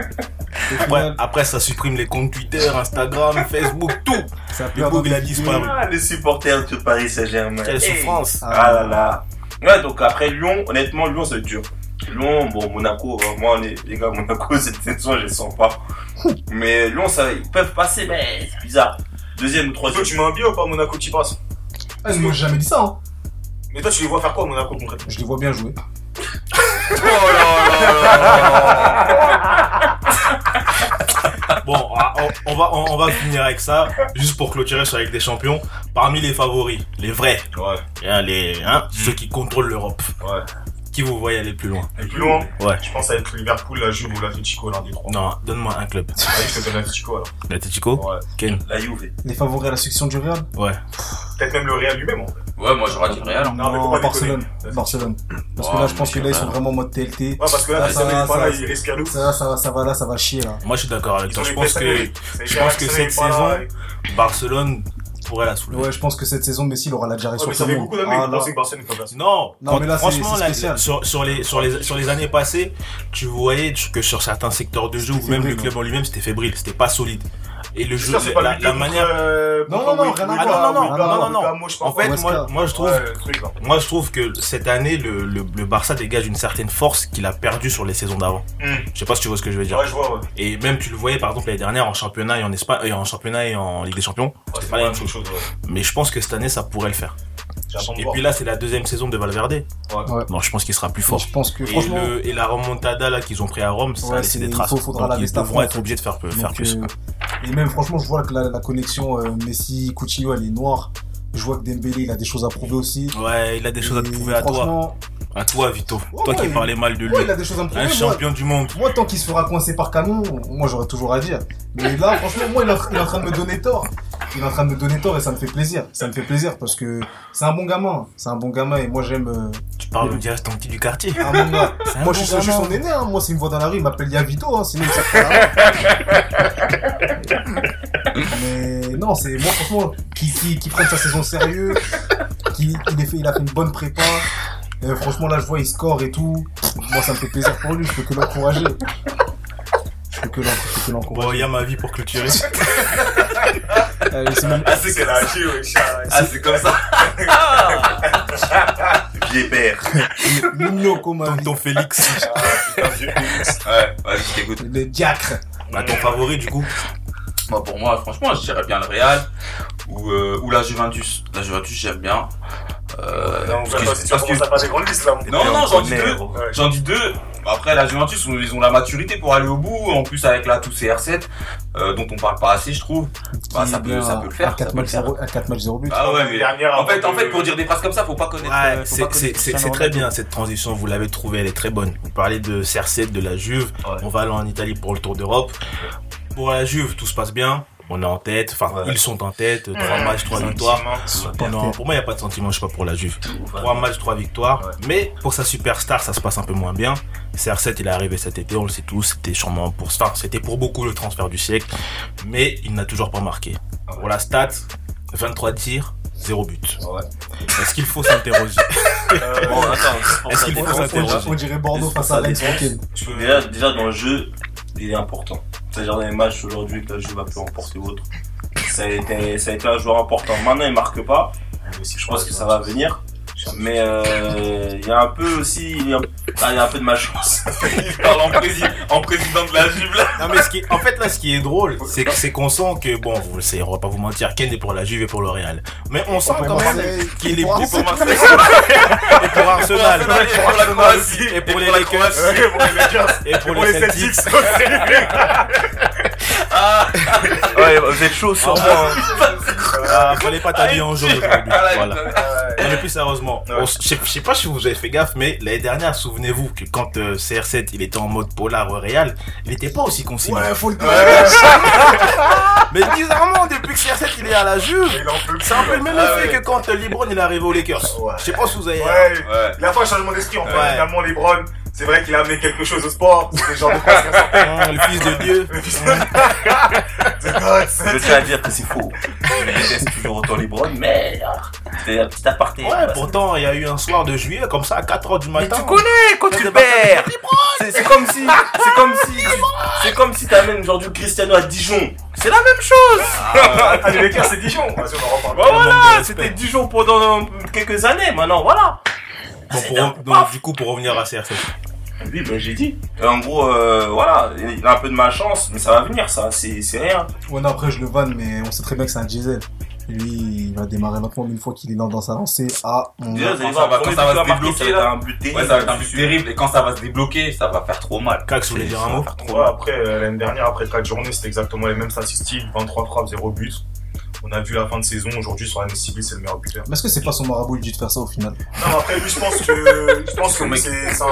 Au Après, final, après, ça supprime les comptes Twitter, Instagram, Facebook, tout. ça perd Le dans bug, il a les vidéos. disparu. Ah, les supporters de Paris Saint-Germain. Quelle Hey. souffrance. Ah là là. Ouais, donc après Lyon, honnêtement, Lyon, c'est dur. Lyon, bon, Monaco, euh, moi, les, les gars, Monaco, cette saison, je les sens pas. Mais Lyon, ça, ils peuvent passer, mais c'est bizarre. Deuxième ou Bah, Toi, troisième. tu mets un billet ou pas, Monaco, tu passes Ah, mais moi, j'ai jamais dit ça, hein. Mais toi, tu les vois faire quoi, Monaco, concrètement Je les vois bien jouer. Bon, on, on va, on, on va finir avec ça, juste pour clôturer sur avec des champions. Parmi les favoris, les vrais, Ouais, hein, les, hein, ceux qui contrôlent l'Europe, Mm. ouais. qui vous voyez aller plus loin Et plus loin, Ouais. je pense avec Liverpool, la Juve ou l'Atletico, l'un des trois. Non, donne-moi un club. Allez, je te donne l'Atletico, alors. L'Atletico Ouais. Ken La Juve. Les favoris à la section du Real. Peut-être même le Real lui-même, en fait. Ouais, moi, j'aurais dit le Real. hein. Non, mais faut pas Ah Barcelone. déconner. Barcelone. Parce que Ouais, là, je pense mais que là, ils c'est sont pas- vraiment en mode TLT. Ouais, parce que là, Ah, ça Barcelone, il va, est pas ça là, va. il respire le ouf. Ça, ça, va- ça va là, ça va chier, là. Moi, je suis d'accord avec Ils ont toi. Je les pense que Barcelonais. C'est je pense que Barcelone, cette il est pas là, saison- Barcelone pourrait la soulever. Ouais, je pense que cette saison, Messi, il aura la diarrhée Ouais, sur mais tout ça le fait monde. beaucoup d'années Ah, que là. pensez que Barcelone peut passer. Non, Non, mais là, c'est- franchement, c'est la- spécial. sur, sur les, sur, les, sur les années passées, tu voyais que sur certains secteurs de jeu, ou C'était même le fébrile, hein. club en lui-même, c'était fébrile, c'était pas solide. Et le Je suis jeu, sûr, c'est pas la, le la but manière. contre, euh, Non, contre non, non, Wig- rien à Wigla- voir, non, Wigla- non, non, non. Wigla- moi, je sais pas En fait, quoi. moi, Wesker. moi, je trouve, Ouais, le truc, là. moi, je trouve que cette année, le, le, le Barça dégage une certaine force qu'il a perdue sur les saisons d'avant. Hmm. Je sais pas si tu vois ce que je veux dire. Ouais, je vois, ouais. Et même, tu le voyais, par exemple, l'année dernière, en championnat et en Espagne, et en championnat et en Ligue des Champions. C'est pas la même chose, ouais. Mais je pense que cette année, ça pourrait le faire. J'attends de Et voir. puis là, c'est la deuxième saison de Valverde. Ouais. Ouais. Bon, je pense qu'il sera plus Mais fort. Je pense que, Et, franchement. le, et la remontada là qu'ils ont pris à Rome, ça Ouais, a laissé c'est- des traces. il faut- faudra Donc, laver ils cette devront affronte. être obligés de faire, peu- faire Donc, plus. euh, et même franchement, je vois que la, la connexion euh, Messi-Coutinho, elle est noire. Je vois que Dembélé, il a des choses à prouver aussi. Ouais, il a des choses à te Et prouver à toi. franchement, À toi, Vito. Ouais, toi qui ouais. parlais mal de lui. ouais, il a des choses à me un prouver. Moi, champion du monde. moi, tant qu'il se fera coincer par canon, moi j'aurais toujours à dire. Mais là, franchement, moi, il est, en- il est en train de me donner tort. Il est en train de me donner tort et ça me fait plaisir. Ça me fait plaisir parce que c'est un bon gamin. hein. C'est un bon gamin et moi j'aime euh, Tu parles de ton petit du quartier. un bon gars. C'est un Ah, Moi bon je suis, je suis gamin. son aîné, hein. moi s'il me voit dans la rue, il m'appelle Yavito, hein. sinon il me sert pas la main. Mais non, c'est moi franchement, qui, qui, qui prenne sa saison au sérieux, qui, qui l'ait fait, il a fait une bonne prépa. Euh, franchement là je vois il score et tout. Moi ça me fait plaisir pour lui, je peux que l'encourager. Je peux que l'en- je peux que l'encourager. Bon, il y a ma vie pour clôturer. Euh, c'est même- Ah, c'est qu'elle a agi, ouais. chat. Ah, c'est comme ça. Vieux père. Mignon comme un- Tonton Félix. Ah, Ouais, ouais, je t'écoute. le diacre. Bah, ton favori, du coup. Moi, pour moi, franchement, je dirais bien le Real ou, euh, ou la Juventus. La Juventus, j'aime bien. Euh, Non, parce que- parce que parce que- tu commences à faire des grandes listes là. non, Mais non, on j'en dis connaît, deux. gros. J'en dis deux. Après, la Juventus, on- ils ont la maturité pour aller au bout. En plus, avec la tous CR7, euh, dont on parle pas assez, je trouve. Bah, ça, peut, ça peut le faire. À 4 ça peut le matchs faire. 0, à quatre matchs zéro but. Ah ouais, mais Dernière en fait, avant en de- fait, pour dire des phrases comme ça, faut pas connaître. Ouais, euh, faut c'est- pas connaître c'est c'est- c'est Cristiano très Ronaldo. bien cette transition, vous l'avez trouvée, elle est très bonne. Vous parlez de CR7, de la Juve, Ouais. on va aller en Italie pour le Tour d'Europe. Pour la Juve, tout se passe bien, on est en tête, enfin Ouais. ils sont en tête, trois matchs, trois victoires. Non, pour moi il n'y a pas de sentiment, je sais pas pour la Juve. hein. Trois matchs, trois victoires, mais pour sa superstar ça se passe un peu moins bien. CR7 il est arrivé cet été, on le sait tous, c'était sûrement pour enfin, c'était pour beaucoup le transfert du siècle, mais il n'a toujours pas marqué. Ah Pour la stat, 23 tirs, 0 but. Ouais. Est-ce qu'il faut s'interroger Bon, attends, Est-ce qu'il On- faut on- s'interroger On dirait Bordeaux Est-ce que face ça à Lens dépense week-end. je peux- Bah, déjà, déjà dans le jeu, il est important. C'est-à-dire dans les matchs aujourd'hui que la Juve a pu remporter ou autre. Ça a, été, ça a été un joueur important. Maintenant, il marque pas. Je pense que ça va venir. Mais euh, il y a un peu aussi. Il y a, ah, il y a un peu de malchance. Il parle en, prési- en président de la Juve là. Non mais ce qui est- en fait là ce qui est drôle c'est que- c'est qu'on sent que bon vous le savez on va pas vous mentir Ken est pour la Juve et pour le Real mais on sent quand même Marseille, qu'il est pour et pour Arsenal. Marseille et pour Arsenal Arsenal, et pour la Croatie, et pour les Lakers et pour les Celtics ouais, bah, vous êtes chaud sur moi Ah, fallait pas t'habiller en jaune aujourd'hui voilà Non, mais plus sérieusement, Ouais. on s- je sais- je sais pas si vous avez fait gaffe, mais l'année dernière, souvenez-vous que quand euh, CR7 il était en mode polar au Real, il était pas aussi consigné. Ouais, faut le dire. Mais bizarrement, depuis que CR7 il est à la Juve, c'est un peu le même effet que quand euh, LeBron il est arrivé aux Lakers. Ouais. Je sais pas si vous avez. Ouais. Ouais. Il a fait un changement d'esprit en fait. euh, Ouais. Finalement, Lebron, c'est vrai qu'il a amené quelque chose au sport. C'est le genre de phrase qu'on sortait. Hein, le fils de Dieu. Le fils de- de gosse. Je tiens à dire que c'est faux. Je déteste toujours autant les Browns, mais. C'était un petit aparté. Ouais, pourtant, il y a eu un soir de juillet, comme ça, à 4h du matin. tu connais quand tu perds C'est c'est comme si. C'est comme si. C'est comme si t'amènes aujourd'hui Cristiano à Dijon. C'est la même chose Ah, les Lakers, c'est Dijon. Vas-y, on en reparle. Bah manque de voilà respect. C'était Dijon pendant quelques années maintenant, voilà Bon, pour- donc, du coup, pour revenir à CR7. Oui, ben j'ai dit. En gros, euh, voilà, il a un peu de malchance, mais ça va venir, ça, c'est c'est rien. Ouais, non, après, je le vanne, mais on sait très bien que c'est un diesel. Lui, il va démarrer lentement, mais une fois qu'il est dans dans sa lancée, ah, on Déjà, a... vous allez quand voir, ça va- le premier quand ça va but se qu'il a marqué, débloquer, ça là. va être un but terrible. Ouais, ça va être un but terrible et quand ça va se débloquer, ça va faire trop mal. Cax, vous voulez C'est- dire ça un va mot faire trop Ouais, mal. après, euh, l'année dernière, après 4 journées, c'était exactement les mêmes statistiques 23 frappes, 0 but. On a vu la fin de saison. Aujourd'hui, sur la NCB, c'est le meilleur buteur. Mais est-ce que c'est pas son marabout lui, de faire ça au final Non, après, lui, je pense que, je pense que lui, c'est c'est un,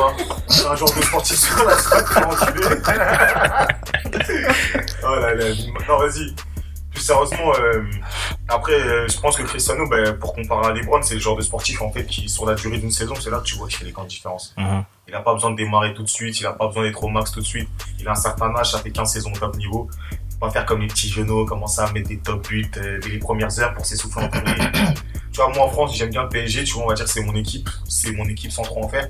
c'est un genre de sportif sur la strate qui est motivé. Oh là là. Non, vas-y. Plus sérieusement, euh, après, euh, je pense que Cristiano, ben, pour comparer à LeBron, c'est le genre de sportif, en fait, qui, sur la durée d'une saison, c'est là que tu vois qu'il fait les grandes différences. Mhm. Il n'a pas besoin de démarrer tout de suite, il n'a pas besoin d'être au max tout de suite. Il a un certain âge, ça fait 15 saisons au top niveau. Il va faire comme les petits genoux, commencer à mettre des top buts euh, dès les premières heures pour s'essouffler en premier. tu vois, moi en France, j'aime bien le PSG, tu vois, on va dire que c'est mon équipe, c'est mon équipe sans trop en faire.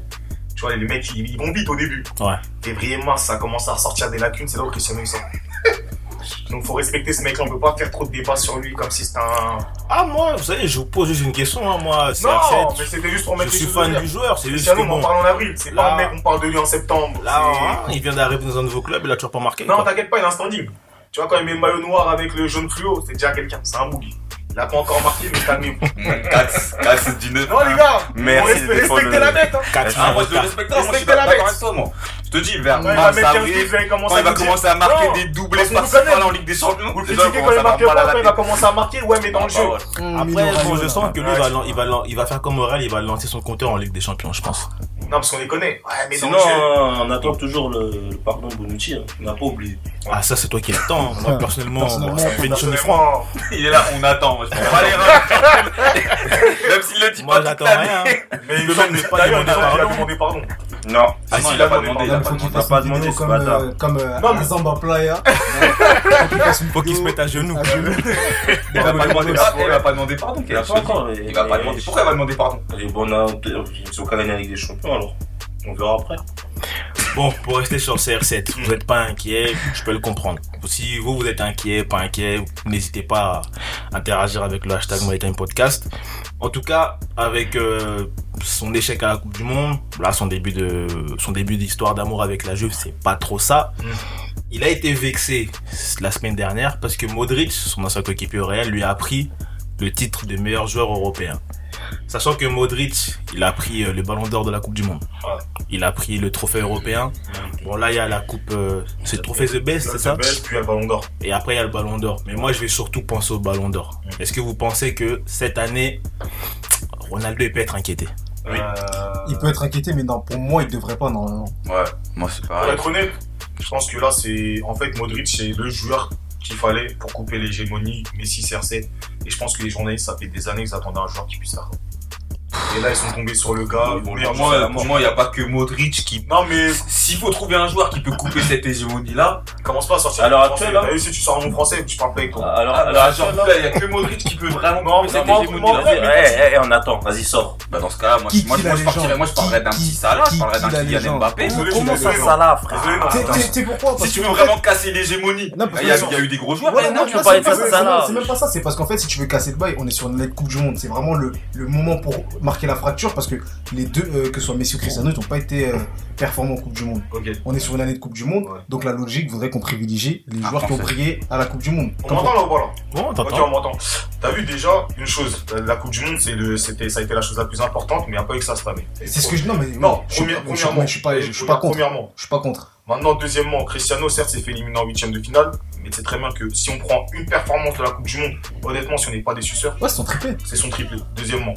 Tu vois, les mecs, ils, ils vont vite au début. Ouais. Février, mars, ça commence à ressortir des lacunes, c'est là où Cristiano il sort. Donc faut respecter ce mec-là, on peut pas faire trop de débats sur lui comme si c'était un. Ah, moi, vous savez, je vous pose juste une question, hein, moi, Non, CR7. mais c'était juste pour je mettre les suis choses au fan clair. du joueur, c'est juste Cristiano, que on en bon. parle en avril, c'est Là- pas un mec, on parle de lui en septembre. Là, C'est- hein, il vient d'arriver dans un nouveau club, il a toujours pas marqué. Non, quoi. t'inquiète pas, il a un standing. Tu vois, quand il met le maillot noir avec le jaune fluo, c'est déjà quelqu'un, c'est un boogie. Il a pas encore marqué, mais calmez-vous. Mmh, Cax, Cax du neuf. Non, les gars, on Merci de respecte, défendre respectez le- la bête. Hein. Quatre Ah, ans moi de je te retard. respecte, moi je suis Respectez la d'accord bête. avec toi, moi. Je te dis, vers Ah, Quand il va mars, mettre 15 buts, avril, vous allez commencer quand à il va nous dire, commencer à marquer Non. des doublés Parce que par-ci vous connaissez. par-là en Ligue des Champions, Vous le les gens critiquez quand il commencent à marque avoir mal pas, à quand la il va tête. commencer à marquer, ouais, mais dans le jeu. Après, bon, je sens que lui, il va, Ouais. lan- il, va, lan- il va faire comme Morel, il va lancer son compteur en Ligue des Champions, je pense. Non, parce qu'on les connaît. Ouais, mais Sinon, dans le jeu. euh, on attend toujours le, le pardon de Bonucci, hein. on n'a pas oublié. Ah, ça, c'est toi qui l'attends. hein. Moi, personnellement, Personnellement, bon, ça me fait une chaîne de franc. Personnellement, Il est là, on attend, moi je prends pas les reins. Même s'il le dit Moi, pas toute j'attends l'année. rien. hein. Mais Le il me mec semble n'est pas d'ailleurs, il demandé a pardon. demandé pardon. Non, Ah si, non, il il a a pas demandé, demandé, il Là, a il pas faut qu'il demandé. fasse pas une demandé, vidéo ce comme, bâtard. euh, comme euh, Non, mais- à Zamba Playa. Faut qu'il fasse une Faut qu'il se vidéo mette à genoux. à genoux. Il va pas demander Ah, pardon, il va pas demander pardon, il a pas encore. mais- Il va pas mais- demander. Pourquoi il va demander pardon Et bon, hein. on a, ils sont qu'à gagner avec des champions alors. On verra après. Bon, pour rester sur CR7, vous n'êtes pas inquiet, je peux le comprendre. Si vous, vous êtes inquiet, pas inquiet, n'hésitez pas à interagir avec le hashtag MyTime Podcast. En tout cas, avec euh, son échec à la Coupe du Monde, là, son début de, son début d'histoire d'amour avec la Juve, c'est pas trop ça. Mm. Il a été vexé la semaine dernière parce que Modric, son ancien coéquipier au Real, lui a appris le titre de meilleur joueur européen. Sachant que Modric, il a pris euh, le ballon d'or de la Coupe du Monde. Ouais. Mm. Il a pris le trophée européen. Bon, là, il y a la Coupe. euh, c'est le trophée The Best, c'est ça Best, puis un ballon d'or. Et après, il y a le ballon d'or. Mais moi, je vais surtout penser au ballon d'or. Mm. Est-ce que vous pensez que cette année, Ronaldo, il peut être inquiété Oui. Euh, Il peut être inquiété, mais non, pour moi, il devrait pas, normalement. Ouais, moi c'est Pour pareil. être honnête, je pense que là, c'est. En fait, Modric, c'est le joueur qu'il fallait pour couper l'hégémonie Messi CR7. Et je pense que les journalistes, ça fait des années qu'ils attendaient un joueur qui puisse faire ça. Et là, ils sont tombés sur le gars. Ah, Pour meilleur moi, joueur pour du moi, il n'y a pas que Modric qui. monde. Non, mais S'il faut trouver un joueur qui peut couper cette hégémonie là, commence pas à sortir Alors, un nom français. actuel, là Bah oui, si tu sors un nom français, tu parles pas avec toi. Alors, Ah, alors, alors, genre, genre, là, il n'y a que Modric qui peut vraiment Non, couper mais cette moi, hégémonie moi, là. eh, on attend, vas-y, sors. Bah, dans ce cas-là, moi, Qui- moi, qui moi, la je partirais, légende moi je parlerais d'un Qui- petit Salah, je qui- parlerais d'un qui la Kylian légende Mbappé. Désolé, je suis Comment ça, désolé, ça non. là, Désolé, hein. Ah, non. frère T'es- Attends. t'es- T'es pourquoi Si Parce tu que- veux vraiment casser l'hégémonie, Non, bah, parce il y, a- que- il y a eu des gros joueurs. Bah, Ouais, Ouais, non, non, tu non, peux pas c'est dire ça, pas- ça c'est là. même- C'est même pas ça, c'est parce qu'en fait, si tu veux casser le bail, on est sur une Coupe du Monde. C'est vraiment le, le moment pour marquer la fracture parce que les deux, euh, que ce soit Messi ou Cristiano, ils n'ont pas été euh, performants en Coupe du Monde. Ok. On est sur une année de Coupe du Monde, Ouais. donc la logique voudrait qu'on privilégie les Ah, joueurs qui ont parfait. brillé à la Coupe du Monde. On m'entend là ou pas là Bon, on Ok, on t'entend. m'entend. T'as vu déjà une chose, la- la Coupe du Monde, c'est le, c'était, ça a été la chose la plus importante, mais il n'y a pas eu que ça cette année. C'est ce que je dis, non, mais Non, je suis première- je suis- premièrement, je suis pas, je suis pas contre. Premièrement, Je suis pas contre. Maintenant, deuxièmement, Cristiano, certes, s'est fait éliminer en huitième de finale, mais c'est très bien que si on prend une performance de la Coupe du Monde, honnêtement, si on n'est pas des suceurs, Ouais, ils sont triplés. c'est son triplé, deuxièmement.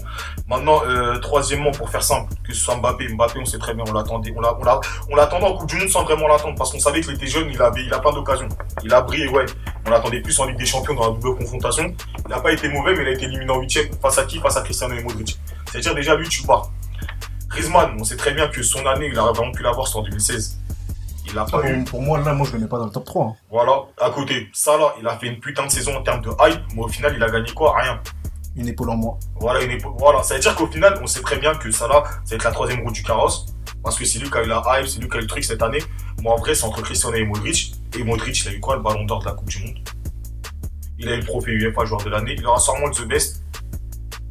Maintenant, euh, troisièmement, pour faire simple, que ce soit Mbappé, Mbappé, on sait très bien, on l'attendait, on l'a- on l'a- on l'attendait en Coupe du Monde sans vraiment l'attendre, parce qu'on savait qu'il était jeune, il avait, il a plein d'occasions. Il a brillé, ouais. On l'attendait plus en Ligue des Champions dans la double confrontation. Il n'a pas été mauvais, mais il a été éliminé en huitième. Face à qui? Face à Cristiano et Modric. C'est-à-dire, déjà, lui, tu pars. Griezmann, on sait très bien que son année, il a vraiment pu l'avoir, c'était en 2016. Il l'a pas eu. Pour, pour moi, là, moi, je le mets pas dans le top 3. hein. Voilà, à côté, Salah, il a fait une putain de saison en termes de hype, mais au final, il a gagné quoi Rien. Une épaule en moins. Voilà, une épo- voilà, ça veut dire qu'au final, on sait très bien que Salah, ça va être la troisième roue du carrosse, parce que c'est lui qui a eu la hype, c'est lui qui a eu le truc cette année. Moi, en vrai, c'est entre Cristiano et Modric. Et Modric, il a eu quoi Le ballon d'or de la Coupe du Monde. Il a eu le trophée UEFA joueur de l'année. Il aura sûrement le The Best.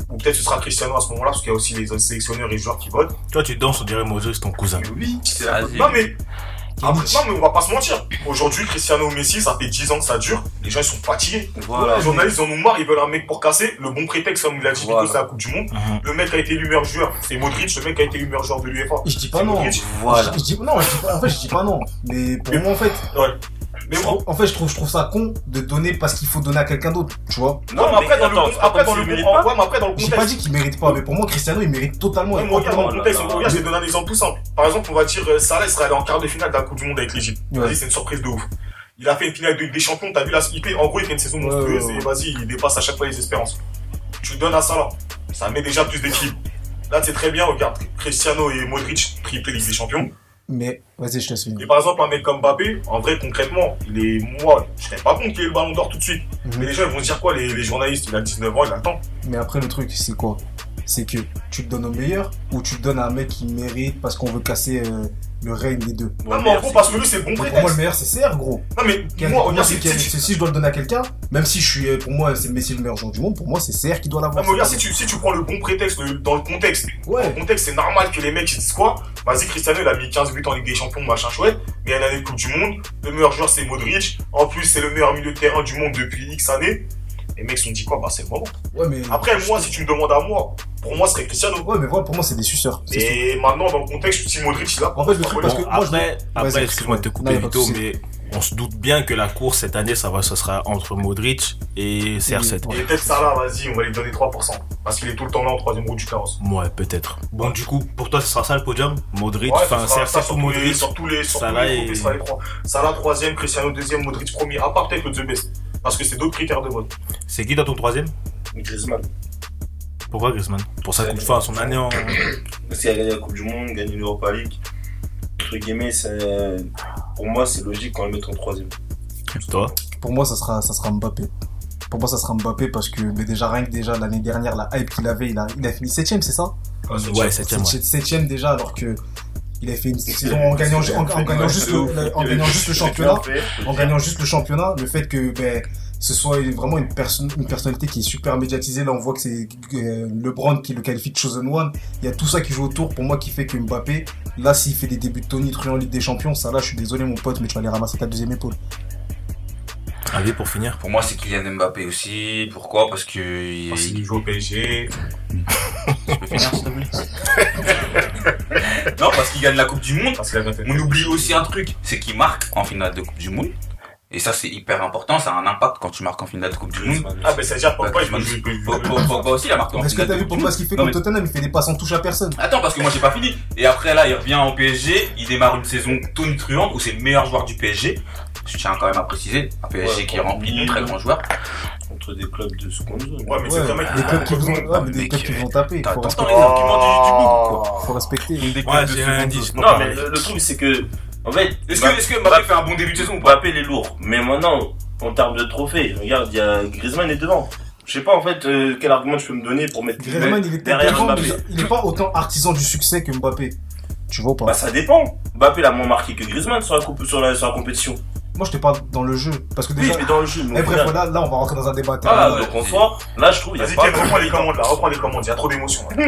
Ou peut-être ce sera Cristiano à ce moment-là, parce qu'il y a aussi les autres sélectionneurs et les joueurs qui votent. Toi, tu danses, on dirait Moses, ton cousin. Mais oui, c'est la Vas-y. Non, mais. Après- non, mais on va pas se mentir. Aujourd'hui, Cristiano Messi, ça fait 10 ans que ça dure. Les gens, ils sont fatigués. Voilà. Les journalistes en ont marre, ils veulent un mec pour casser. Le bon prétexte, comme il a dit, Voilà. que c'est la Coupe du Monde. Mhm. Le mec a été élu meilleur joueur, c'est Modric. Le mec a été élu meilleur joueur de l'UEFA. Je dis C'est pas Ah non. Modric. Voilà. Je, je dis, non, je dis pas- en fait, je dis pas non. Mais pour moi, en fait, Mais je bon, trouve- en fait, je trouve, je trouve ça con de donner parce qu'il faut donner à quelqu'un d'autre, tu vois. non, mais après, dans le contexte- après, dans le contexte- ouais, mais après, dans le J'ai pas contexte. dit qu'il mérite pas, mais pour moi, Cristiano, il mérite totalement. Ouais, et mais regarde, dans totalement. le contexte, là là. regarde, je vais donner un exemple tout simple. Par exemple, on va dire euh, Salah, il serait allé en quart de finale de la Coupe du Monde avec l'Égypte. Ouais. Vas-y, c'est une surprise de ouf. Il a fait une finale de Ligue des Champions, t'as vu la il fait- En gros, il fait une saison Ouais, monstrueuse ouais, et ouais. vas-y, il dépasse à chaque fois les espérances. Tu le donnes à Salah, ça met déjà plus d'équilibre. Là, c'est très bien, regarde, Cristiano et Modric, triplé Ligue des Champions. Mais vas-y, je te laisse Et finir. par exemple, un mec comme Mbappé, en vrai, concrètement, il est, moi, je serais pas contre qu'il ait le ballon d'or tout de suite. Mhm. Mais les gens, ils vont se dire quoi, les, les journalistes? Il a 19 ans, il a le temps. Mais après, le truc, c'est quoi C'est que tu le donnes au meilleur ou tu le donnes à un mec qui mérite parce qu'on veut casser euh, le règne des deux. Ah, non, mais en gros, parce que lui, c'est le bon Donc, pour moi, le prétexte. meilleur, c'est CR, gros. Non, mais, Quel- moi, pour moi, regarde, c'est si, quel- si- c'est- si je dois le donner à quelqu'un, même si je suis, euh, pour moi, c'est Messi le meilleur joueur du monde, pour moi, c'est CR qui doit non, l'avoir. mais regarde, si tu, si tu prends le bon prétexte le- dans le contexte, dans Ouais. le contexte, c'est normal que les mecs, ils disent quoi? Vas-y, Cristiano, il a mis 15 buts en Ligue des Champions, machin chouette. Mais il y a une année de Coupe du Monde. Le meilleur joueur, c'est Modric. En plus, c'est le meilleur milieu de terrain du monde depuis X années. Les mecs se sont dit quoi? Bah, c'est le moment. Ouais, mais. Après, moi, si tu me demandes à moi, pour moi, ce serait Cristiano. Ouais, mais voilà, pour moi, c'est des suceurs. C'est tout. Et maintenant, dans le contexte, si Modric, il a. En fait, le truc, parce que Bon, moi, je après, Vas-y, après, excuse-moi. excuse-moi de te Non, y couper a pas de Vito, souci. mais on se doute bien que la course cette année, ça va, ça sera entre Modric et CR7. Oui. Et peut-être Salah, vas-y, on va lui donner 3%. Parce qu'il est tout le temps là en troisième roue du carrosse. Ouais, peut-être. Bon, du coup, pour toi, ce sera ça le podium Modric, Ouais, enfin, ce sera ça CR7 sur ou tous les- Modric Sur tous les, sur tous Salah les groupes, et- ce sera les trois. Salah troisième, Cristiano deuxième, Modric premier, à part peut-être le The Best. Parce que c'est d'autres critères de vote. C'est qui dans ton troisième Griezmann. Pourquoi Griezmann Pour Euh, sa coupe fin, son année en. Parce qu'il a gagné la Coupe du Monde, gagné l'Europa League. Entre guillemets, c'est- pour moi, c'est logique quand le mettre en troisième. Toi Pour moi, ça sera, ça sera Mbappé. Pour moi, ça sera Mbappé parce que mais déjà, rien que déjà l'année dernière, la hype qu'il avait, il a, il a fini 7 c'est ça Ouais, septième. ouais. 7 déjà, alors que il a fait une saison en gagnant, ju- en, en gagnant juste, le, le- en gagnant juste le championnat. En gagnant juste le championnat, le fait que ben, ce soit vraiment une, personne une personnalité qui est super médiatisée, là, on voit que c'est euh, LeBron qui le qualifie de Chosen One. Il y a tout ça qui joue autour pour moi qui fait que Mbappé, là, s'il fait des débuts de Tony Truant en Ligue des Champions, ça là, je suis désolé, mon pote, mais tu vas aller ramasser ta deuxième épaule. Allez, pour finir. Pour moi, c'est Kylian Mbappé aussi. Pourquoi Parce que. il- Parce qu'il joue au PSG. Je peux finir, s'il te plaît Non, parce qu'il gagne la Coupe du Monde. Parce qu'il a bien fait. On oublie aussi un truc, c'est qu'il marque en finale de Coupe du Monde. Et ça, c'est hyper important, ça a un impact quand tu marques en finale de Coupe du Monde. Ah, mais c'est-à-dire Bah, pourquoi il Griezmann, joue plus Pogba- Pogba aussi, il a marqué en Est-ce que finale t'as de vu Coupe du pourquoi Monde. ce qu'il fait Non, contre mais- Tottenham Il fait des passes en touche à personne. Attends, parce que moi j'ai pas fini. Et après là, il revient au PSG, il démarre une saison tonitruante où c'est le meilleur joueur du PSG. Je tiens quand même à préciser, un PSG Ouais, qui est rempli de contre- très grands joueurs. contre des clubs de seconde zone. Ouais, mais c'est Ouais, quand même des Ah, clubs qui vont, ouais, mais mec, des clubs qui euh, vont taper. T'as- Faut, T'entends Ah, respecter- les arguments du, du bout, quoi. faut respecter. Ouais, j'ai un indice. je peux Non, pas mais parler. le, le truc, c'est que. En fait, Est-ce Mbappé- que, est-ce que Mbappé fait un bon début de saison ou pas Mbappé, il est lourd. Mais maintenant, en termes de trophée, regarde, il y a Griezmann est devant. Je sais pas, en fait, euh, quel argument je peux me donner pour mettre Griezmann, il est derrière tellement Mbappé. bizarre. Il est pas autant artisan du succès que Mbappé. Tu vois ou pas Bah, ça dépend. Mbappé, il a moins marqué que Griezmann sur la, coupe, sur la, sur la compétition. Moi, je te parle dans le jeu. Parce que Oui, déjà. mais dans le jeu, mais Eh, au bref, final- voilà, là, on va rentrer dans un débat. Ah, ouais, donc on c'est- sort. Là, je trouve, il y a Vas-y, pas. Kev, reprends les commandes là, reprends les commandes, il y a trop d'émotions. là.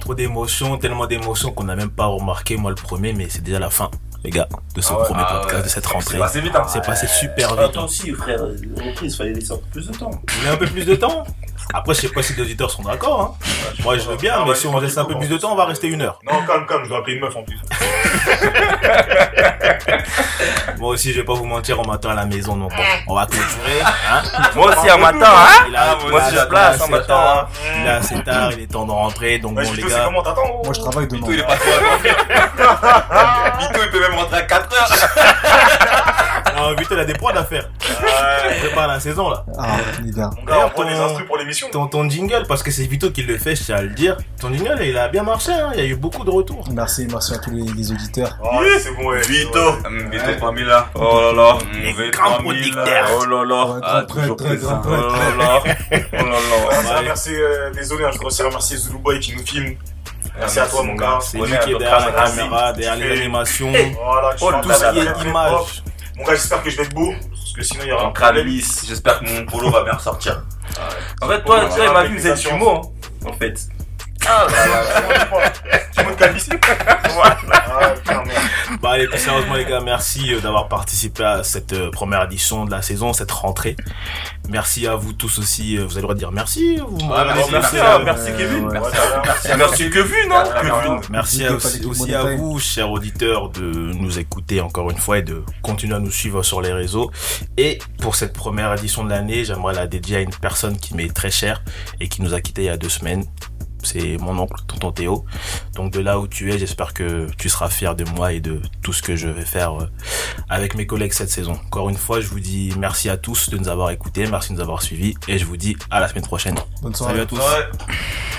Trop d'émotions, tellement d'émotions qu'on n'a même pas remarqué, moi le premier, mais c'est déjà la fin, les gars, de ce Ah ouais, premier ah podcast, ouais. de cette C'est rentrée. passé vite, hein. C'est passé super Ah, vite. toi aussi, frère, euh, reprise, fallait laisser un peu plus de temps. Vous voulez un peu plus de temps Après, je sais pas si les auditeurs sont d'accord. Hein. Moi, je veux bien, Ah, mais ouais, si on laisse un peu plus de temps, on va rester une heure. Non, calme, calme, je dois appeler une meuf en plus. Moi aussi, je vais pas vous mentir, on m'attend à la maison, donc bon, on va clôturer. Hein Moi aussi, un matin, hein il a, moi aussi, la place, hein, maintenant, hein. Là, c'est tard, il est temps de rentrer, donc Ouais, bon, je les te sais gars. comment t'attends. Moi, je travaille demain. Bito, il est pas trop à Bito, il peut même rentrer à 4 heures. Non, vite, il a des points à faire. On prépare la saison, là. Ah, les gars. Mon gars, on D'ailleurs, prend des ton- instrus pour l'émission. Ton, ton jingle, parce que c'est Vito qui le fait, je tiens à le dire. Ton jingle, il a bien marché, hein, il y a eu beaucoup de retours. Merci, merci à tous les, les auditeurs. Oh, c'est bon, ouais. Vito. Hum, Vito parmi là. Oh là là. Mm, Les Vito grands parmi là. producteurs. Oh là là. Ouais, ah, grand prêtre, toujours très plus, grand hein. Oh prêtre. là là. Oh là là. Ouais, je remercie, euh, désolé, hein, je voudrais remercier Zulu Boy qui nous filme. Ah, Merci à toi, mon gars. C'est Ouais, lui qui est donc, derrière la grâce à caméra, Zine, derrière tu les fais- animations, Voilà, tu Oh, fais un tout tas ce qui d'affaires, est très propre. image. Mon gars, j'espère que je vais être beau, parce que sinon il y aura un Oh Mon crâne problème. lisse. J'espère que mon polo va bien ressortir. En fait, toi, Ouais, toi, il m'a vu, ouais, vous êtes ouais. du mot, hein, en fait. Ah, bah, Tu montes calvitie Voilà. Ah, putain, merde. Bah allez, plus sérieusement les gars, merci euh, d'avoir participé à cette euh, première édition de la saison, cette rentrée. Merci à vous tous aussi, euh, vous allez le droit de dire merci. Vous m'avez Ah, merci, dit, merci, euh, ah, merci, Kevin. Ouais, ça va. Merci, merci que vu, Ah, non Que vu. Merci N'oubliez à- pas aussi, l'équipe aussi Money à Time. vous, chers auditeurs, de nous écouter encore une fois et de continuer à nous suivre sur les réseaux. Et pour cette première édition de l'année, j'aimerais la dédier à une personne qui m'est très chère et qui nous a quittés il y a deux semaines. C'est mon oncle, tonton Théo. Donc de là où tu es, j'espère que tu seras fier de moi et de tout ce que je vais faire euh, avec mes collègues cette saison. Encore une fois, je vous dis merci à tous de nous avoir écoutés, merci de nous avoir suivis et je vous dis à la semaine prochaine. Bonne soirée. Salut à tous. Ouais.